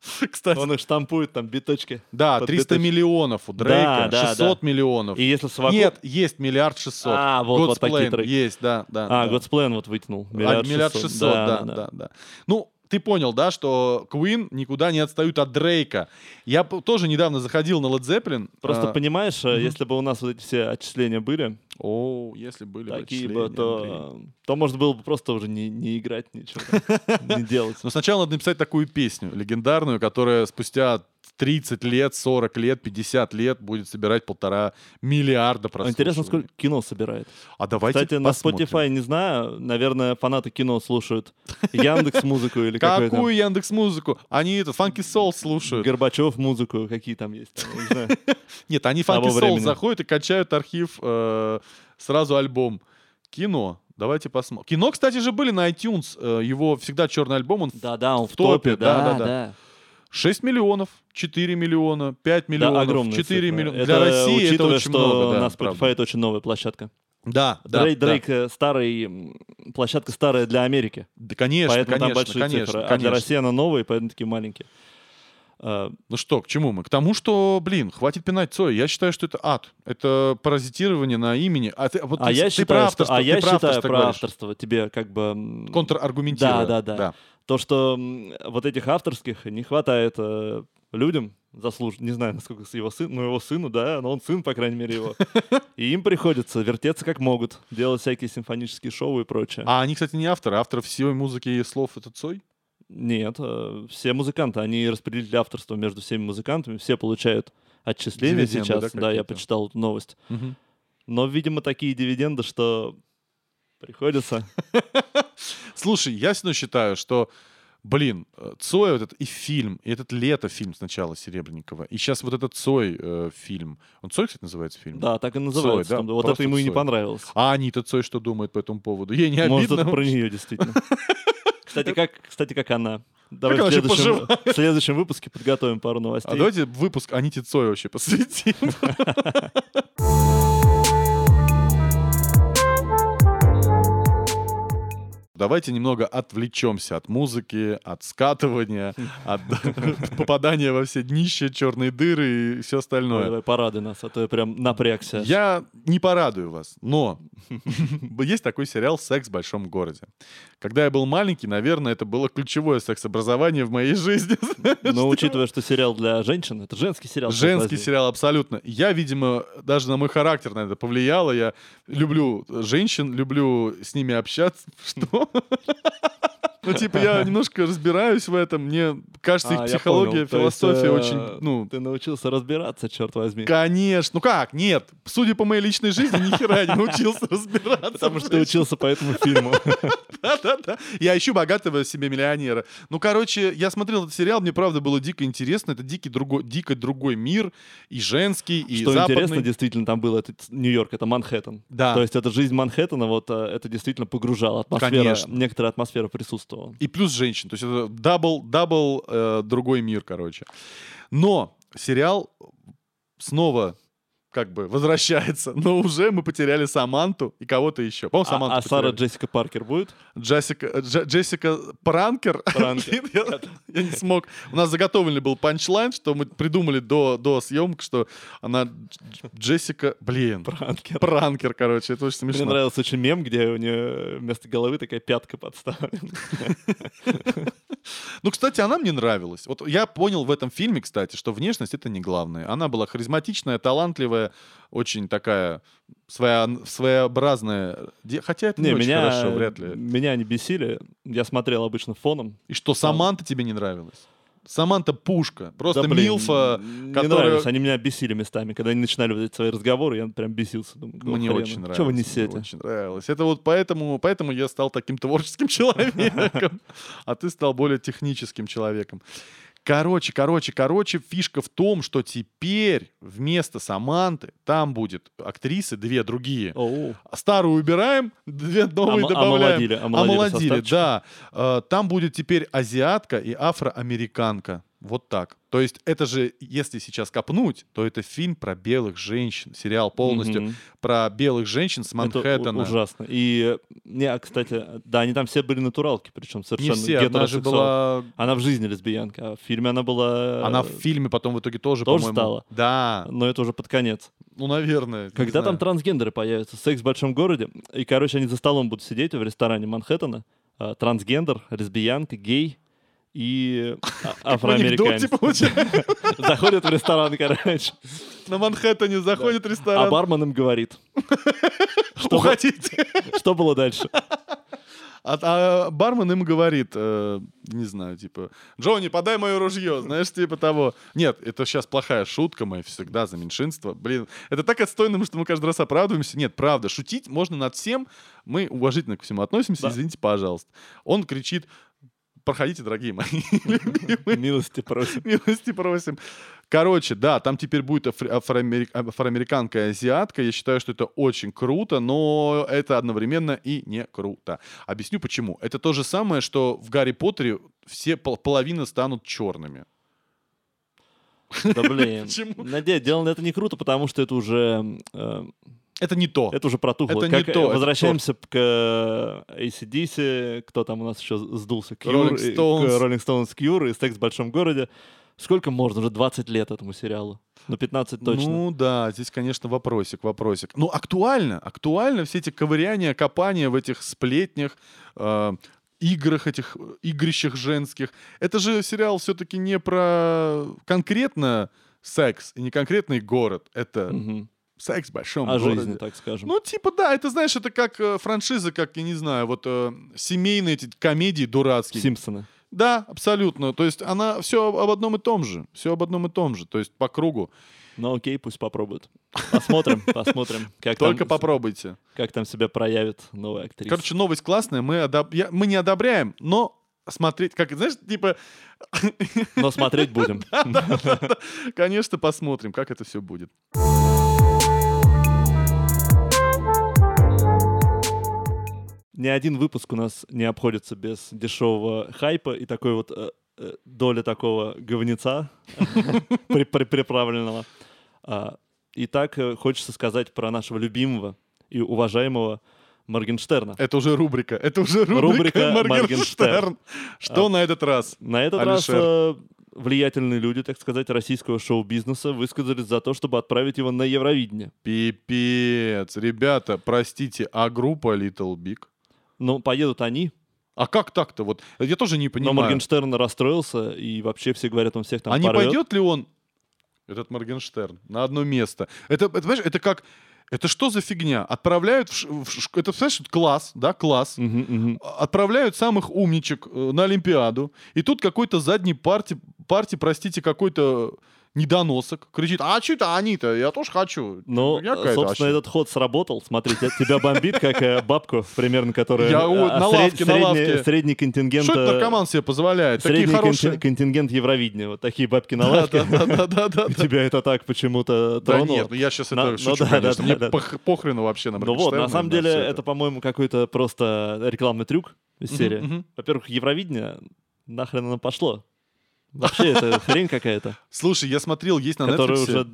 S2: [laughs]
S1: Кстати,
S2: Он их штампует, там, биточки.
S1: да,
S2: под
S1: 300
S2: биточки.
S1: миллионов у Дрейка,
S2: Да, да,
S1: 600
S2: да.
S1: миллионов.
S2: И если совокуп...
S1: Нет, есть миллиард 600.
S2: А, вот, вот такие
S1: Годсплейн
S2: треки.
S1: есть, да, да.
S2: А,
S1: да.
S2: Годсплен вот вытянул.
S1: А, Миллиард 600, да, да, да. Ну, ты понял, да, что Queen никуда не отстают от Дрейка. Я п- тоже недавно заходил на Led Zeppelin.
S2: Просто
S1: а,
S2: понимаешь, э,
S1: мгм.
S2: если бы у нас вот эти все отчисления были,
S1: О, если были бы
S2: такие бы,
S1: отчисления, Андрей.
S2: то, э, то можно было бы просто уже не, не играть ничего, [laughs] не делать.
S1: Но сначала надо написать такую песню легендарную, которая спустя 30 лет, 40 лет, 50 лет будет собирать полтора миллиарда прослушиваний.
S2: Интересно, сколько кино собирает.
S1: А давайте
S2: Кстати, на
S1: посмотрим.
S2: Spotify не знаю, наверное, фанаты
S1: [laughs]
S2: кино слушают Яндекс музыку или какой-то.
S1: Какую Яндекс Музыку? Они это Funky Soul слушают.
S2: Горбачев музыку, какие там есть. там, я
S1: [laughs]
S2: не знаю.
S1: Нет, они
S2: Того
S1: Funky Soul
S2: времени.
S1: заходят и качают архив э, сразу альбом. Кино. Давайте посмотрим. Кино, кстати же, были на iTunes. Э, его всегда черный альбом. Он
S2: Да-да, он
S1: В
S2: в
S1: топе,
S2: топе,
S1: да, да,
S2: да,
S1: да.
S2: да.
S1: 6 миллионов, 4 миллиона, 5 миллионов,
S2: огромная
S1: 4
S2: цифра.
S1: миллиона.
S2: Это
S1: Для России это
S2: учитывая,
S1: очень
S2: что
S1: много. да,
S2: на
S1: правда.
S2: Spotify это очень новая площадка.
S1: Да, да,
S2: Дрейк,
S1: да.
S2: Дрейк, э, старый, м, площадка старая для Америки,
S1: Да, конечно,
S2: поэтому
S1: конечно,
S2: там большие
S1: конечно,
S2: цифры. А
S1: конечно.
S2: для России она новая, поэтому такие маленькие. Э,
S1: Ну что, к чему мы? К тому, что, блин, хватит пинать Цой. Я считаю, что это ад. Это паразитирование на имени. А, ты, вот
S2: А
S1: ты,
S2: я
S1: ты
S2: считаю,
S1: про
S2: что-
S1: авторство,
S2: а
S1: ты
S2: я
S1: про
S2: считаю
S1: авторство
S2: про
S1: говоришь.
S2: авторство тебе как бы... м,
S1: Контраргументирую.
S2: Да, да, да. То, что м, вот этих авторских не хватает э, людям заслуж... Не знаю, насколько с его сын, но его сыну, да, но он сын, по крайней
S1: [laughs]
S2: мере, его. И им приходится вертеться как могут, делать всякие симфонические шоу и прочее.
S1: [laughs] А они, кстати, не авторы. Автор всей музыки и слов — это Цой?
S2: Нет, э, все музыканты, они распределили авторство между всеми музыкантами, все получают отчисления
S1: Дивиденды, да,
S2: сейчас. Да, я
S1: какие-то?
S2: почитал эту новость.
S1: Мгм.
S2: Но, видимо, такие дивиденды, что приходится...
S1: Слушай, я все равно считаю, что, блин, э, Цой вот этот и фильм, и этот лето фильм сначала Серебренникова, и сейчас вот этот Цой э, фильм. Он Цой, кстати, называется фильм?
S2: Да, так и называется.
S1: да,
S2: там, Вот это
S1: просто
S2: ему и не
S1: Цой.
S2: понравилось.
S1: А Анита Цой что думает по этому поводу? Ей не
S2: Может,
S1: обидно?
S2: это про нее действительно. Кстати, как, кстати, как она. Давай
S1: Как
S2: в,
S1: она вообще
S2: следующем, в следующем выпуске подготовим пару новостей.
S1: А давайте выпуск Аните Цой вообще посвятим. Давайте немного отвлечемся от музыки, от скатывания, от попадания во все днища, черные дыры и все
S2: Ой,
S1: остальное.
S2: Давай порадуй нас, а то я прям напрягся.
S1: Я не порадую вас, но есть такой сериал «Секс в большом городе». Когда я был маленький, наверное, это было ключевое секс-образование в моей жизни. [laughs]
S2: Но учитывая, что сериал для женщин, это женский сериал. черт
S1: Женский
S2: возьми.
S1: сериал, абсолютно. Я, видимо, даже на мой характер на это повлияло. Я люблю женщин, люблю с ними общаться. [laughs] Что? Ну, типа,
S2: [laughs]
S1: я немножко разбираюсь в этом. Мне кажется, их
S2: А, я
S1: психология,
S2: понял. То есть,
S1: философия
S2: э,
S1: очень, ну,
S2: Ты научился разбираться, черт возьми.
S1: конечно. Ну как? Нет. Судя по моей личной жизни, ни хера не научился [laughs] разбираться.
S2: Потому что ты учился по этому фильму.
S1: [laughs] Да-да-да. Я ищу богатого себе миллионера. Ну, короче, я смотрел этот сериал, мне правда было дико интересно. Это дикий другой, дико другой мир, и женский, и
S2: Что
S1: западный. А.
S2: интересно, действительно, там было, это Нью-Йорк, это Манхэттен.
S1: Да.
S2: То есть это жизнь Манхэттена, вот э, это действительно погружало. Атмосфера,
S1: Конечно.
S2: некоторая атмосфера присутствовала.
S1: И плюс женщин. То есть это дабл, дабл э, другой мир, короче. Но сериал снова как бы возвращается, но уже мы потеряли Саманту и кого-то еще. По-моему, Саманту
S2: А, а Сара
S1: потеряли.
S2: Джессика Паркер будет?
S1: Джессика, Дж- Джессика Пранкер.
S2: Пранкер.
S1: Блин, [laughs] я, я не смог. У нас заготовленный был панчлайн, что мы придумали до, до съемок, что она Дж- Джессика... Блин.
S2: Пранкер.
S1: Пранкер, короче. Это очень смешно.
S2: Мне нравился очень мем, где у нее вместо головы такая пятка подставлена.
S1: Ну, кстати, она мне нравилась. Вот я понял в этом фильме, кстати, что внешность это не главное. Она была харизматичная, талантливая, очень такая своя, своеобразная. де- Хотя это не,
S2: Не,
S1: очень
S2: меня,
S1: хорошо, вряд ли.
S2: меня не бесили. Я смотрел обычно фоном.
S1: И что, Саманта тебе не нравилась? Саманта пушка. Просто
S2: Да, блин,
S1: Милфа,
S2: не
S1: которая-
S2: нравились, они меня бесили местами. Когда они начинали вот эти свои разговоры, я прям бесился. Думаю, какого
S1: мне
S2: хрена?
S1: очень нравилась.
S2: Чего вы
S1: мне
S2: несете?
S1: Очень нравилась. Это вот поэтому, поэтому я стал таким творческим [laughs] человеком, а ты стал более техническим человеком. Короче, короче, короче, фишка в том, что теперь вместо Саманты там будет актрисы две другие.
S2: Оу.
S1: Старую убираем, две новые
S2: Омо-
S1: добавляем.
S2: Омолодили, омолодили
S1: Омолодили,
S2: составчик.
S1: да. Э, Там будет теперь азиатка и афроамериканка. Вот так. То есть это же, если сейчас копнуть, то это фильм про белых женщин. Сериал полностью
S2: Мгм.
S1: про белых женщин с
S2: Это у-
S1: Манхэттена.
S2: ужасно. И, э, не, а, кстати, да, они там все были натуралки, причем
S1: Не
S2: совершенно
S1: все, она же
S2: гетеросексуал.
S1: была...
S2: Она в жизни лесбиянка, а в фильме она была...
S1: Она в фильме потом в итоге тоже,
S2: тоже
S1: по-моему...
S2: стала?
S1: Да,
S2: Но это уже под конец.
S1: ну, наверное. не
S2: Когда там
S1: знаю.
S2: трансгендеры появятся, секс в большом городе, и, короче, они за столом будут сидеть в ресторане Манхэттена, а, трансгендер, лесбиянка, гей и
S1: [laughs]
S2: а-
S1: В анекдоте,
S2: афроамериканец.
S1: получается,
S2: Заходят в ресторан,
S1: [laughs]
S2: короче,
S1: на Манхэттене заходит ресторан.
S2: а бармен
S1: [laughs]
S2: им говорит, что, бы-
S1: Уходите.
S2: что
S1: [laughs]
S2: было дальше.
S1: А, а бармен им говорит, э, не знаю, типа, Джонни, подай мое ружье, знаешь, типа того. Нет, это сейчас плохая шутка, мы всегда за меньшинство. Блин, это так отстойно, что мы каждый раз оправдываемся. Нет, правда, шутить можно над всем. Мы уважительно ко всему относимся,
S2: Да.
S1: извините, пожалуйста. Он кричит, проходите, дорогие мои любимые. [laughs]
S2: Милости просим.
S1: Милости просим. Короче, да, там теперь будет афри- афроамерик- афроамериканка и азиатка. Я считаю, что это очень круто, но это одновременно и не круто. Объясню почему. Это то же самое, что в Гарри Поттере все пол- половина станут черными.
S2: Да блин.
S1: Почему?
S2: Надеюсь, дело это не круто, потому что это уже, э,
S1: Это не то.
S2: это уже протухло.
S1: Это не
S2: Как-
S1: то, это
S2: Возвращаемся к э, ACDC, кто там у нас еще сдулся?
S1: Rolling
S2: Cure и- к
S1: Stones.
S2: Rolling Stones, Cure и секс в большом городе. Сколько можно? Уже 20 лет этому сериалу. Ну, 15 точно.
S1: Ну да, здесь, конечно, вопросик, вопросик. Ну, актуально, актуально все эти ковыряния, копания в этих сплетнях, э, играх этих, э, игрищах женских. Это же сериал все-таки не про конкретно секс и не конкретный город. Это
S2: Мгм.
S1: секс Ну, в большом
S2: О
S1: городе.
S2: жизни, так скажем.
S1: Ну, типа, да, это, знаешь, это как э, франшиза, как, я не знаю, вот э, семейные эти комедии дурацкие.
S2: Симпсоны.
S1: Да, абсолютно. То есть она все об одном и том же. Все об одном и том же. То есть по кругу.
S2: Ну окей, пусть попробуют. Посмотрим, посмотрим, как там-
S1: Только попробуйте.
S2: как там себя проявит новая актриса.
S1: Короче, новость классная. Мы, одоб- я- мы не одобряем, но смотреть, как, знаешь, типа, [laughs]
S2: Но смотреть будем.
S1: конечно, посмотрим, как это все будет.
S2: Ни один выпуск у нас не обходится без дешевого хайпа и такой вот э, э, доли такого говнеца [laughs] при- при- приправленного. А, Итак, э, хочется сказать про нашего любимого и уважаемого Моргенштерна.
S1: Это уже рубрика. Это уже рубрика,
S2: Рубрика
S1: Моргенштерн. Что на этот раз?
S2: На этот раз э, влиятельные люди, так сказать, российского шоу-бизнеса высказались за то, чтобы отправить его на Евровидение.
S1: Пипец. Ребята, простите, а группа Little Big?
S2: Но Ну, поедут они,
S1: А как так-то? Вот я тоже не
S2: но
S1: понимаю.
S2: Моргенштерн расстроился, и вообще все говорят, он всех там
S1: а не
S2: порвет.
S1: пойдет ли он, этот Моргенштерн, на одно место? Это, это, понимаешь, это как... Это что за фигня? Отправляют в, ш- в ш- это, знаешь, класс, да, класс.
S2: Мгм, мгм.
S1: Отправляют самых умничек э, на Олимпиаду, и тут какой-то задний парти, парти, простите, какой-то недоносок кричит, а что-то они-то, я тоже хочу.
S2: Ну,
S1: Я какая-то вообще.
S2: собственно, этот ход сработал. Смотри, те- тебя бомбит, как э, бабку, примерно, которая...
S1: Я вот
S2: а,
S1: на
S2: сред-
S1: лавке, на
S2: средний-
S1: лавке.
S2: Средний контингент...
S1: Что это
S2: э,
S1: наркоман себе позволяет? Такие
S2: Средний контин-
S1: хорошие...
S2: контингент Евровидения. Вот такие бабки на лавке.
S1: Да-да-да-да-да.
S2: [laughs] И Тебя это так почему-то
S1: Да
S2: тронуло.
S1: нет, ну я сейчас
S2: На-
S1: это
S2: ну
S1: шучу,
S2: да,
S1: конечно.
S2: да,
S1: Мне
S2: да, да.
S1: пох- похрену вообще на
S2: Ну вот,
S1: Моргенштерна
S2: на
S1: и
S2: самом
S1: всё
S2: деле,
S1: это.
S2: это, по-моему, какой-то просто рекламный трюк из
S1: Мгм,
S2: серии.
S1: мгм.
S2: Во-первых, Евровидение, нахрен оно пошло. Вообще,
S1: [laughs]
S2: это хрень какая-то,
S1: Слушай, я смотрел, есть на
S2: которая
S1: Netflix.
S2: уже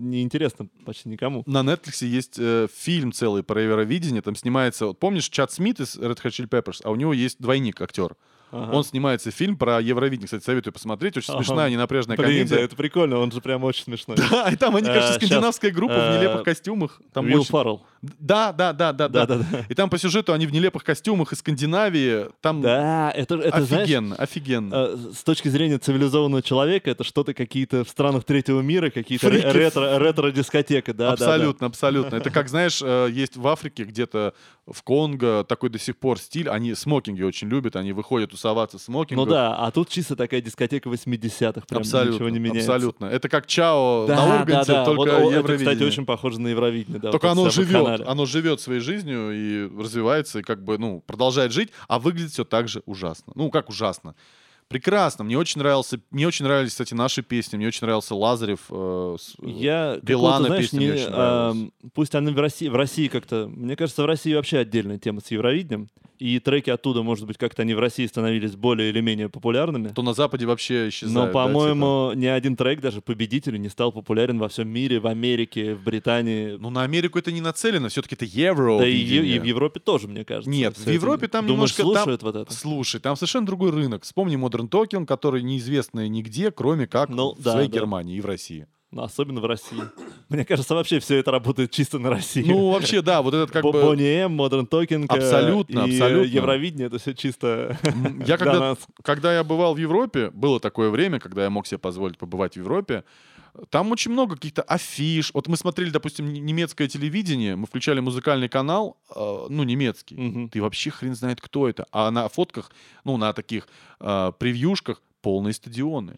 S2: неинтересна почти никому.
S1: На Netflix есть э, фильм целый про Евровидение. Там снимается, вот помнишь, Чад Смит из Red Hot Chili Peppers, а у него есть двойник актер.
S2: Ага.
S1: Он снимается фильм про Евровидение. Кстати, советую посмотреть. Очень
S2: Ага.
S1: смешная, ненапряжная
S2: Блин, да,
S1: комедия.
S2: это прикольно, он же прям очень смешной.
S1: [laughs] Да, и там они, конечно,
S2: Э, щас.
S1: скандинавская группа в
S2: Э,
S1: нелепых костюмах. Там
S2: Уилл
S1: очень-
S2: Фаррелл.
S1: Да, да, да, [laughs] да, да.
S2: Да-да-да.
S1: И там по сюжету они в нелепых костюмах из Скандинавии. Там
S2: Да, это, это знаешь,
S1: офигенно, офигенно.
S2: э, с точки зрения цивилизованного человека, это что-то какие-то в странах третьего мира, какие-то ре-
S1: Фрики.
S2: ретро, ретро-дискотека, да,
S1: абсолютно, абсолютно. Это как, знаешь, э, есть в Африке где-то, в Конго, такой до сих пор стиль. Они смокинги очень любят, они выходят тусоваться в
S2: да, да. Ну
S1: смокингах.
S2: да, а тут чисто такая дискотека 80-х, прям
S1: абсолютно,
S2: ничего не меняется.
S1: абсолютно. Это как Чао
S2: Да,
S1: на Урганте,
S2: да, да.
S1: только
S2: Вот, о, это,
S1: Евровидение.
S2: кстати, очень похоже на Евровидение, да.
S1: Только
S2: вот
S1: оно
S2: это самое
S1: живет,
S2: канале.
S1: оно живет своей жизнью и развивается, и как бы, ну, продолжает жить, а выглядит все так же ужасно. Ну, как ужасно. Прекрасно. Мне очень нравился, мне очень нравились, кстати, наши песни. Мне очень нравился Лазарев. э, с-
S2: Я
S1: Билана
S2: какого-то, знаешь,
S1: песня
S2: не,
S1: мне очень нравилась.
S2: эм, пусть она в России, в России как-то, мне кажется, в России вообще отдельная тема с Евровидением, и треки оттуда, может быть, как-то они в России становились более или менее популярными.
S1: То на Западе вообще исчезает.
S2: Но,
S1: да, типа.
S2: по-моему, ни один трек даже победителю не стал популярен во всем мире, в Америке, в Британии,
S1: типа. Ну, на Америку это не нацелено, все-таки это евро.
S2: да и, Е- и в Европе тоже, мне кажется.
S1: Нет,
S2: всё
S1: в
S2: это.
S1: Европе там
S2: Думаешь,
S1: немножко там-
S2: слушают вот это?
S1: Слушай, там совершенно другой рынок. Вспомни Modern Talking, который неизвестный нигде, кроме как
S2: Ну,
S1: в
S2: да,
S1: своей
S2: да.
S1: Германии и в
S2: [laughs]
S1: России.
S2: Ну, Особенно в России. Мне кажется, вообще все это работает чисто на России.
S1: Ну, вообще, да, вот этот как
S2: Бо-
S1: бы...
S2: Бонни М, Modern Talking, э,
S1: Абсолютно,
S2: и э,
S1: абсолютно.
S2: Евровидение, это все чисто
S1: М, Я
S2: для
S1: когда,
S2: нас.
S1: когда я бывал в Европе, было такое время, когда я мог себе позволить побывать в Европе, там очень много каких-то афиш. Вот мы смотрели, допустим, н- немецкое телевидение, мы включали музыкальный канал, э, ну, немецкий.
S2: Мгм.
S1: Ты вообще хрен знает, кто это. А на фотках, ну, на таких э, превьюшках полные стадионы.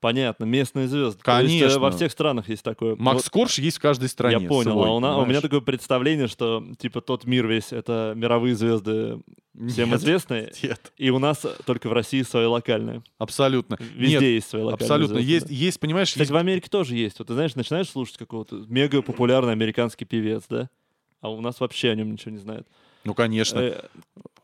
S2: Понятно, местные звезды.
S1: Конечно.
S2: э, во всех странах есть такое.
S1: Макс Корж есть в каждой
S2: Вот
S1: стране.
S2: я понял.
S1: свой,
S2: а у, на- у меня
S1: понимаешь?
S2: такое представление, что типа тот мир весь это мировые звезды всем
S1: Нет,
S2: известные,
S1: Нет,
S2: и у нас э, только в России свои локальные.
S1: абсолютно.
S2: Везде
S1: Нет,
S2: есть свои локальные.
S1: абсолютно.
S2: звезды,
S1: Есть,
S2: да.
S1: есть, понимаешь,
S2: Кстати,
S1: есть...
S2: в Америке тоже есть. Вот ты знаешь, начинаешь слушать какого-то мега популярный американский певец, да? А у нас вообще о нем ничего не знают.
S1: Ну, конечно.
S2: Э,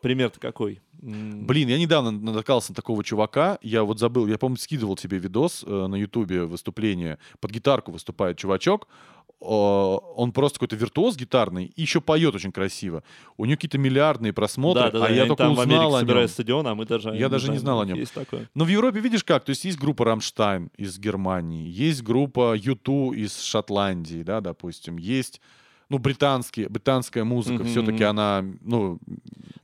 S2: пример-то какой? М,
S1: Блин, я недавно натыкался на такого чувака. Я вот забыл, я, по-моему, скидывал тебе видос э, на Ютубе выступление. Под гитарку выступает чувачок. э, он просто какой-то виртуоз гитарный и еще поет очень красиво. У него какие-то миллиардные просмотры,
S2: да, да, да,
S1: а я
S2: они
S1: только
S2: там в Америке
S1: узнал о нем.
S2: собирают стадион, а мы даже...
S1: Я даже не
S2: знаем,
S1: знал о нем.
S2: Есть такое.
S1: Но в Европе видишь как, то есть есть группа Рамштайн из Германии, есть группа Юту из Шотландии, да, допустим, есть ну, британские, британская музыка,
S2: Мгм,
S1: все-таки
S2: мгм.
S1: она, ну,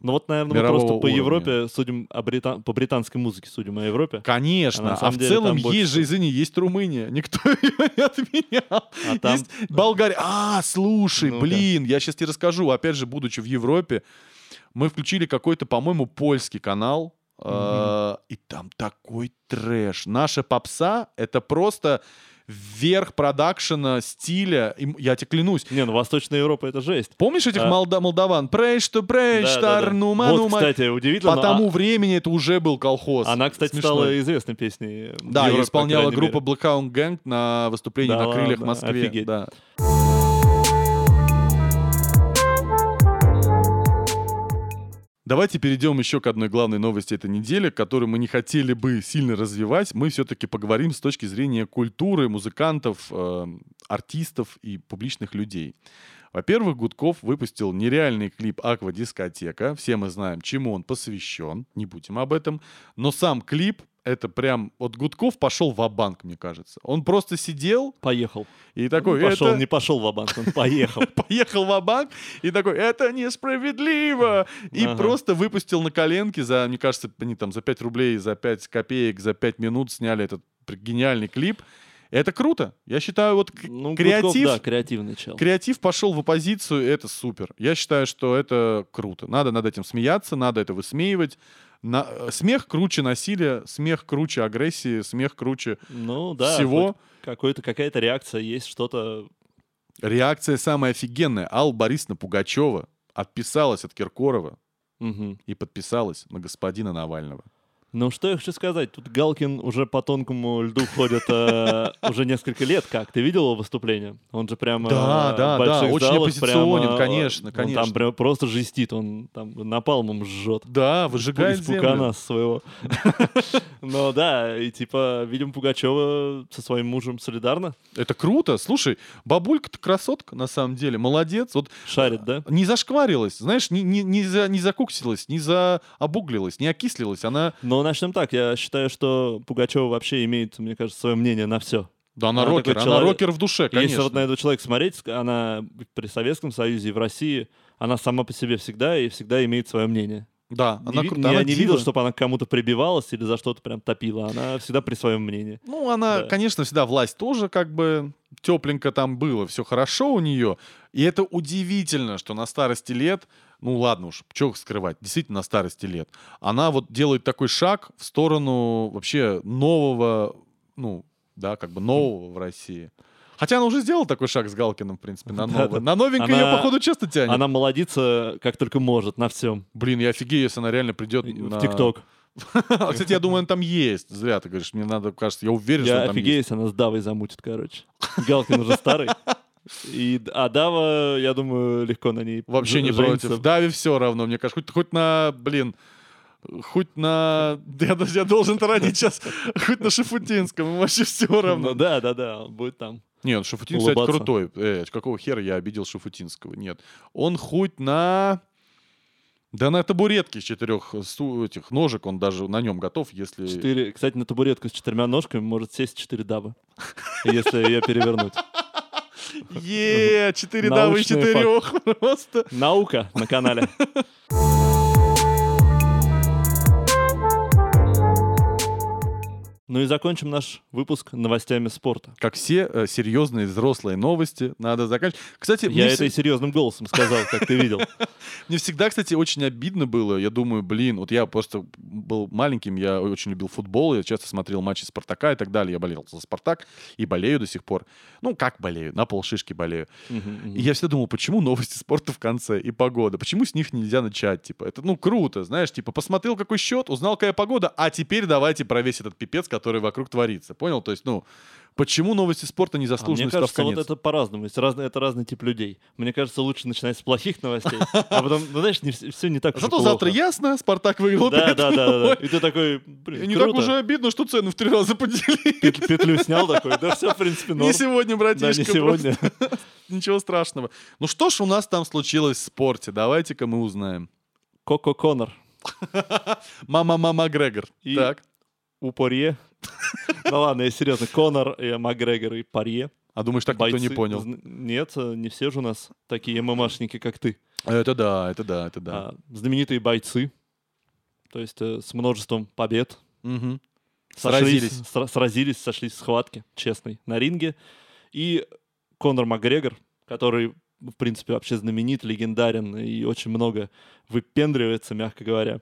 S2: Ну вот, наверное, мы
S1: мирового
S2: просто по
S1: уровня.
S2: Европе судим, о брита- по британской музыке судим о Европе. А
S1: конечно,
S2: на
S1: а,
S2: самом
S1: в
S2: деле
S1: целом
S2: там
S1: есть
S2: больше
S1: же, извини, есть Румыния, никто [laughs] ее не отменял.
S2: А там...
S1: Есть Болгария. А, слушай,
S2: Ну-ка.
S1: блин, я сейчас тебе расскажу. Опять же, будучи в Европе, мы включили какой-то, по-моему, польский канал. э, И там такой трэш. Наша попса — это просто верх продакшена, стиля. И м- Я тебе клянусь.
S2: Не, ну Восточная Европа — это жесть.
S1: Помнишь этих
S2: А.
S1: молда- молдаван? Прейш, что прейш,
S2: Да, да, да.
S1: тар, нума,
S2: Вот,
S1: нума.
S2: кстати, удивительно.
S1: По тому
S2: а-
S1: времени это уже был колхоз.
S2: Она, кстати,
S1: Смешно.
S2: стала известной песней. в
S1: Да,
S2: Европе,
S1: ее
S2: по
S1: исполняла
S2: крайней мере.
S1: группа Blackhound Gang на выступлении
S2: Да
S1: на крыльях
S2: ладно,
S1: Москве.
S2: офигеть.
S1: Да. Давайте перейдем еще к одной главной новости этой недели, которую мы не хотели бы сильно развивать. Мы все-таки поговорим с точки зрения культуры, музыкантов, э, артистов и публичных людей. Во-первых, Гудков выпустил нереальный клип «Аквадискотека». Все мы знаем, чему он посвящен, не будем об этом. Но сам клип это прям вот Гудков пошел в банк мне кажется. Он просто сидел
S2: Поехал.
S1: и
S2: Такой,
S1: такой,
S2: Ну, пошел,
S1: «Это-
S2: не пошел в банк он поехал.
S1: [laughs] поехал в банк и такой, это несправедливо. И
S2: Ага.
S1: просто выпустил на коленке за, мне кажется, они там за 5 рублей, за 5 копеек, за 5 минут сняли этот пр- гениальный клип. Это круто. Я считаю, вот к-
S2: [laughs] Ну,
S1: Креатив.
S2: Гудков, да, креативный чел.
S1: Креатив пошел в оппозицию, и это супер. Я считаю, что это круто. Надо над этим смеяться, надо это высмеивать. На- э, Смех круче насилия, смех круче агрессии, смех круче
S2: Ну, да.
S1: всего.
S2: хоть Какой-то, какая-то реакция есть, что-то...
S1: Реакция самая офигенная. Алла Борисовна Пугачева отписалась от Киркорова
S2: Мгм.
S1: и подписалась на господина Навального.
S2: Ну, что я хочу сказать. Тут Галкин уже по тонкому льду ходит э, [laughs] уже несколько лет, как. Ты видел его выступление? Он же прямо...
S1: Да,
S2: э,
S1: да,
S2: в больших
S1: да, очень
S2: залах
S1: оппозиционен,
S2: прямо, э,
S1: конечно,
S2: он
S1: конечно.
S2: там прям просто жестит, он там напалмом жжет.
S1: Да,
S2: Из
S1: выжигает землю. [laughs]
S2: пукана своего. Ну да, и типа, видимо, Пугачева со своим мужем солидарна.
S1: Это круто. Слушай, бабулька-то красотка, на самом деле. Молодец. Вот
S2: Шарит, да?
S1: не зашкварилась, знаешь, не, не, не, за, не закуксилась, не заобуглилась, не окислилась. Она,
S2: Но начнем так. Я считаю, что Пугачева вообще имеет, мне кажется, свое мнение на все.
S1: да, она,
S2: Она
S1: рокер,
S2: такой
S1: она
S2: человек.
S1: рокер в душе,
S2: Если
S1: конечно.
S2: вот на этого человека смотреть, она при Советском Союзе и в России, она сама по себе всегда и всегда имеет свое мнение.
S1: Да, она
S2: не, ви-
S1: круто.
S2: я
S1: она
S2: не видел,
S1: дива.
S2: чтобы она к кому-то прибивалась или за что-то прям топила. Она всегда при своем мнении.
S1: Ну, она,
S2: Да.
S1: конечно, всегда власть тоже как бы тепленько там было, все хорошо у нее. И это удивительно, что на старости лет, ну ладно уж, чего их скрывать, действительно на старости лет, она вот делает такой шаг в сторону вообще нового, ну, да, как бы нового в России. Хотя она уже сделала такой шаг с Галкиным, в принципе, на
S2: Да-да.
S1: новое. На новенькое ее,
S2: Она-
S1: походу, часто тянет.
S2: Она молодится как только может на всем.
S1: Блин, я офигею, если она реально придет на... А, [laughs]
S2: В ТикТок.
S1: Кстати, я думаю, она там есть. Зря ты говоришь, мне надо, кажется, я уверен, что
S2: Я
S1: она там есть.
S2: офигею, если она с Давой замутит, короче. Галкин уже старый. И, а Дава, я думаю, легко на ней
S1: Вообще не
S2: ж- женится.
S1: против. Дави все равно, мне кажется. Хоть, хоть на, блин, хоть на... Я, даже- я должен родить сейчас. Хоть на Шафутинском, ему вообще все
S2: Ну,
S1: равно.
S2: да, да, да, он будет там.
S1: Нет, Шафутин, кстати,
S2: Улыбаться.
S1: крутой. Э, какого хера я обидел Шафутинского? Нет. Он хоть на... Да на табуретке с четырех этих ножек он даже на нем готов, если...
S2: Четыре, кстати, на табуретку с четырьмя ножками может сесть четыре Давы, если ее перевернуть.
S1: Е, четыре дамы из
S2: Научный факт.
S1: четырех [laughs] просто.
S2: Наука на канале. Ну и закончим наш выпуск новостями спорта.
S1: Как все э, серьезные взрослые новости, надо заканчивать. Кстати, мне
S2: Я
S1: всегда-
S2: это и серьезным голосом сказал, как ты видел.
S1: Мне всегда, кстати, очень обидно было. Я думаю, блин, вот я просто был маленьким, я очень любил футбол, я часто смотрел матчи Спартака и так далее. Я болел за Спартак и болею до сих пор. Ну, как болею? На полшишки болею.
S2: Мгм,
S1: И
S2: мгм.
S1: я всегда думал, почему новости спорта в конце и погода? Почему с них нельзя начать? Типа, это, ну, круто, знаешь, типа, посмотрел, какой счет, узнал, какая погода, а теперь давайте про весь этот пипец, которая вокруг творится. Понял? То есть, ну, почему новости спорта не
S2: А мне
S1: заслуженно сюда в
S2: кажется, вот
S1: конец?
S2: это по-разному. Есть разные, это разный тип людей. Мне кажется, лучше начинать с плохих новостей, а потом, ну, знаешь, не, все не так уж и
S1: Зато
S2: плохо.
S1: завтра ясно, Спартак выиграл.
S2: Да, да, да, да, да.
S1: ой.
S2: И ты такой,
S1: [laughs]
S2: блин,
S1: И не так
S2: круто.
S1: уже обидно, что цены в три раза [laughs] поделили.
S2: Пет- петлю снял такой, да все, в принципе, норм.
S1: Не сегодня,
S2: Да,
S1: братишка.
S2: не
S1: просто.
S2: сегодня.
S1: Ничего страшного. Ну что ж у нас там случилось в спорте? Давайте-ка мы узнаем.
S2: [laughs] Коко Конор
S1: Мама-мама Грегор.
S2: И-
S1: Так.
S2: у Порье. [laughs] Да ладно, я серьезно. Конор, э, Макгрегор и Порье.
S1: А думаешь, так никто не
S2: бойцы.
S1: понял?
S2: Зн- Нет, э, не все же у нас такие ММАшники, как ты.
S1: Это да, это да, это да.
S2: А, Знаменитые бойцы. То есть э, с множеством побед.
S1: Мгм.
S2: Сошлись-
S1: Сразились.
S2: сра- сразились, сошлись в схватке, честной, на ринге. И Конор Макгрегор, который, в принципе, вообще знаменит, легендарен и очень много выпендривается, мягко говоря,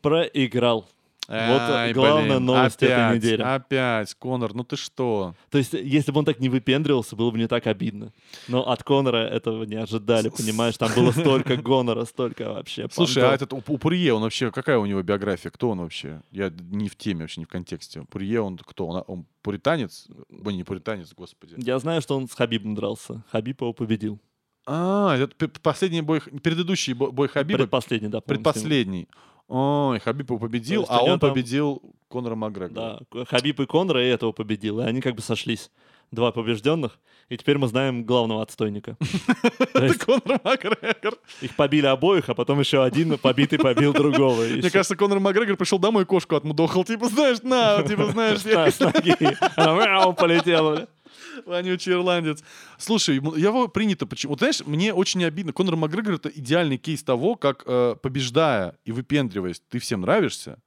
S2: проиграл.
S1: Ай,
S2: главная
S1: блин,
S2: новость этой
S1: опять,
S2: недели.
S1: Опять, Конор, ну ты что?
S2: То есть, если бы он так не выпендривался, было бы не так обидно. Но от Конора этого не ожидали, понимаешь? Там
S1: [laughs]
S2: было столько гонора, столько вообще.
S1: Слушай, а
S2: понтов.
S1: этот Пурье, он вообще, какая у него биография? Кто он вообще? Я не в теме вообще, не в контексте. Пурье, он кто? Он, он пуританец? Ой, не пуританец, господи.
S2: Я знаю, что он с Хабибом дрался. Хабиб его победил.
S1: А, это п- последний бой, Х- предыдущий бо- бой Хабиба,
S2: Предпоследний, да, по-моему, с ним.
S1: предпоследний. Ой, Хабиб его победил,
S2: есть у
S1: а
S2: него
S1: он
S2: там-
S1: победил Конора Макгрегора.
S2: Да, К- Хабиб и Конор и этого победил. И они как бы сошлись. Два побежденных. И теперь мы знаем главного
S1: [laughs]
S2: отстойника. То
S1: Это [laughs]
S2: есть
S1: Конор Макгрегор.
S2: Их побили обоих, а потом еще один побитый побил другого. И
S1: Мне
S2: всё.
S1: кажется, Конор Макгрегор пришел домой и кошку отмудохал. Типа, знаешь, на, типа, знаешь, я
S2: Да, с ноги. Она мяу, полетела. бля.
S1: [laughs] вонючий ирландец. Слушай, м- его принято почему. Вот знаешь, мне очень обидно. Конор Макгрегор — это идеальный кейс того, как, э, побеждая и выпендриваясь, ты всем нравишься,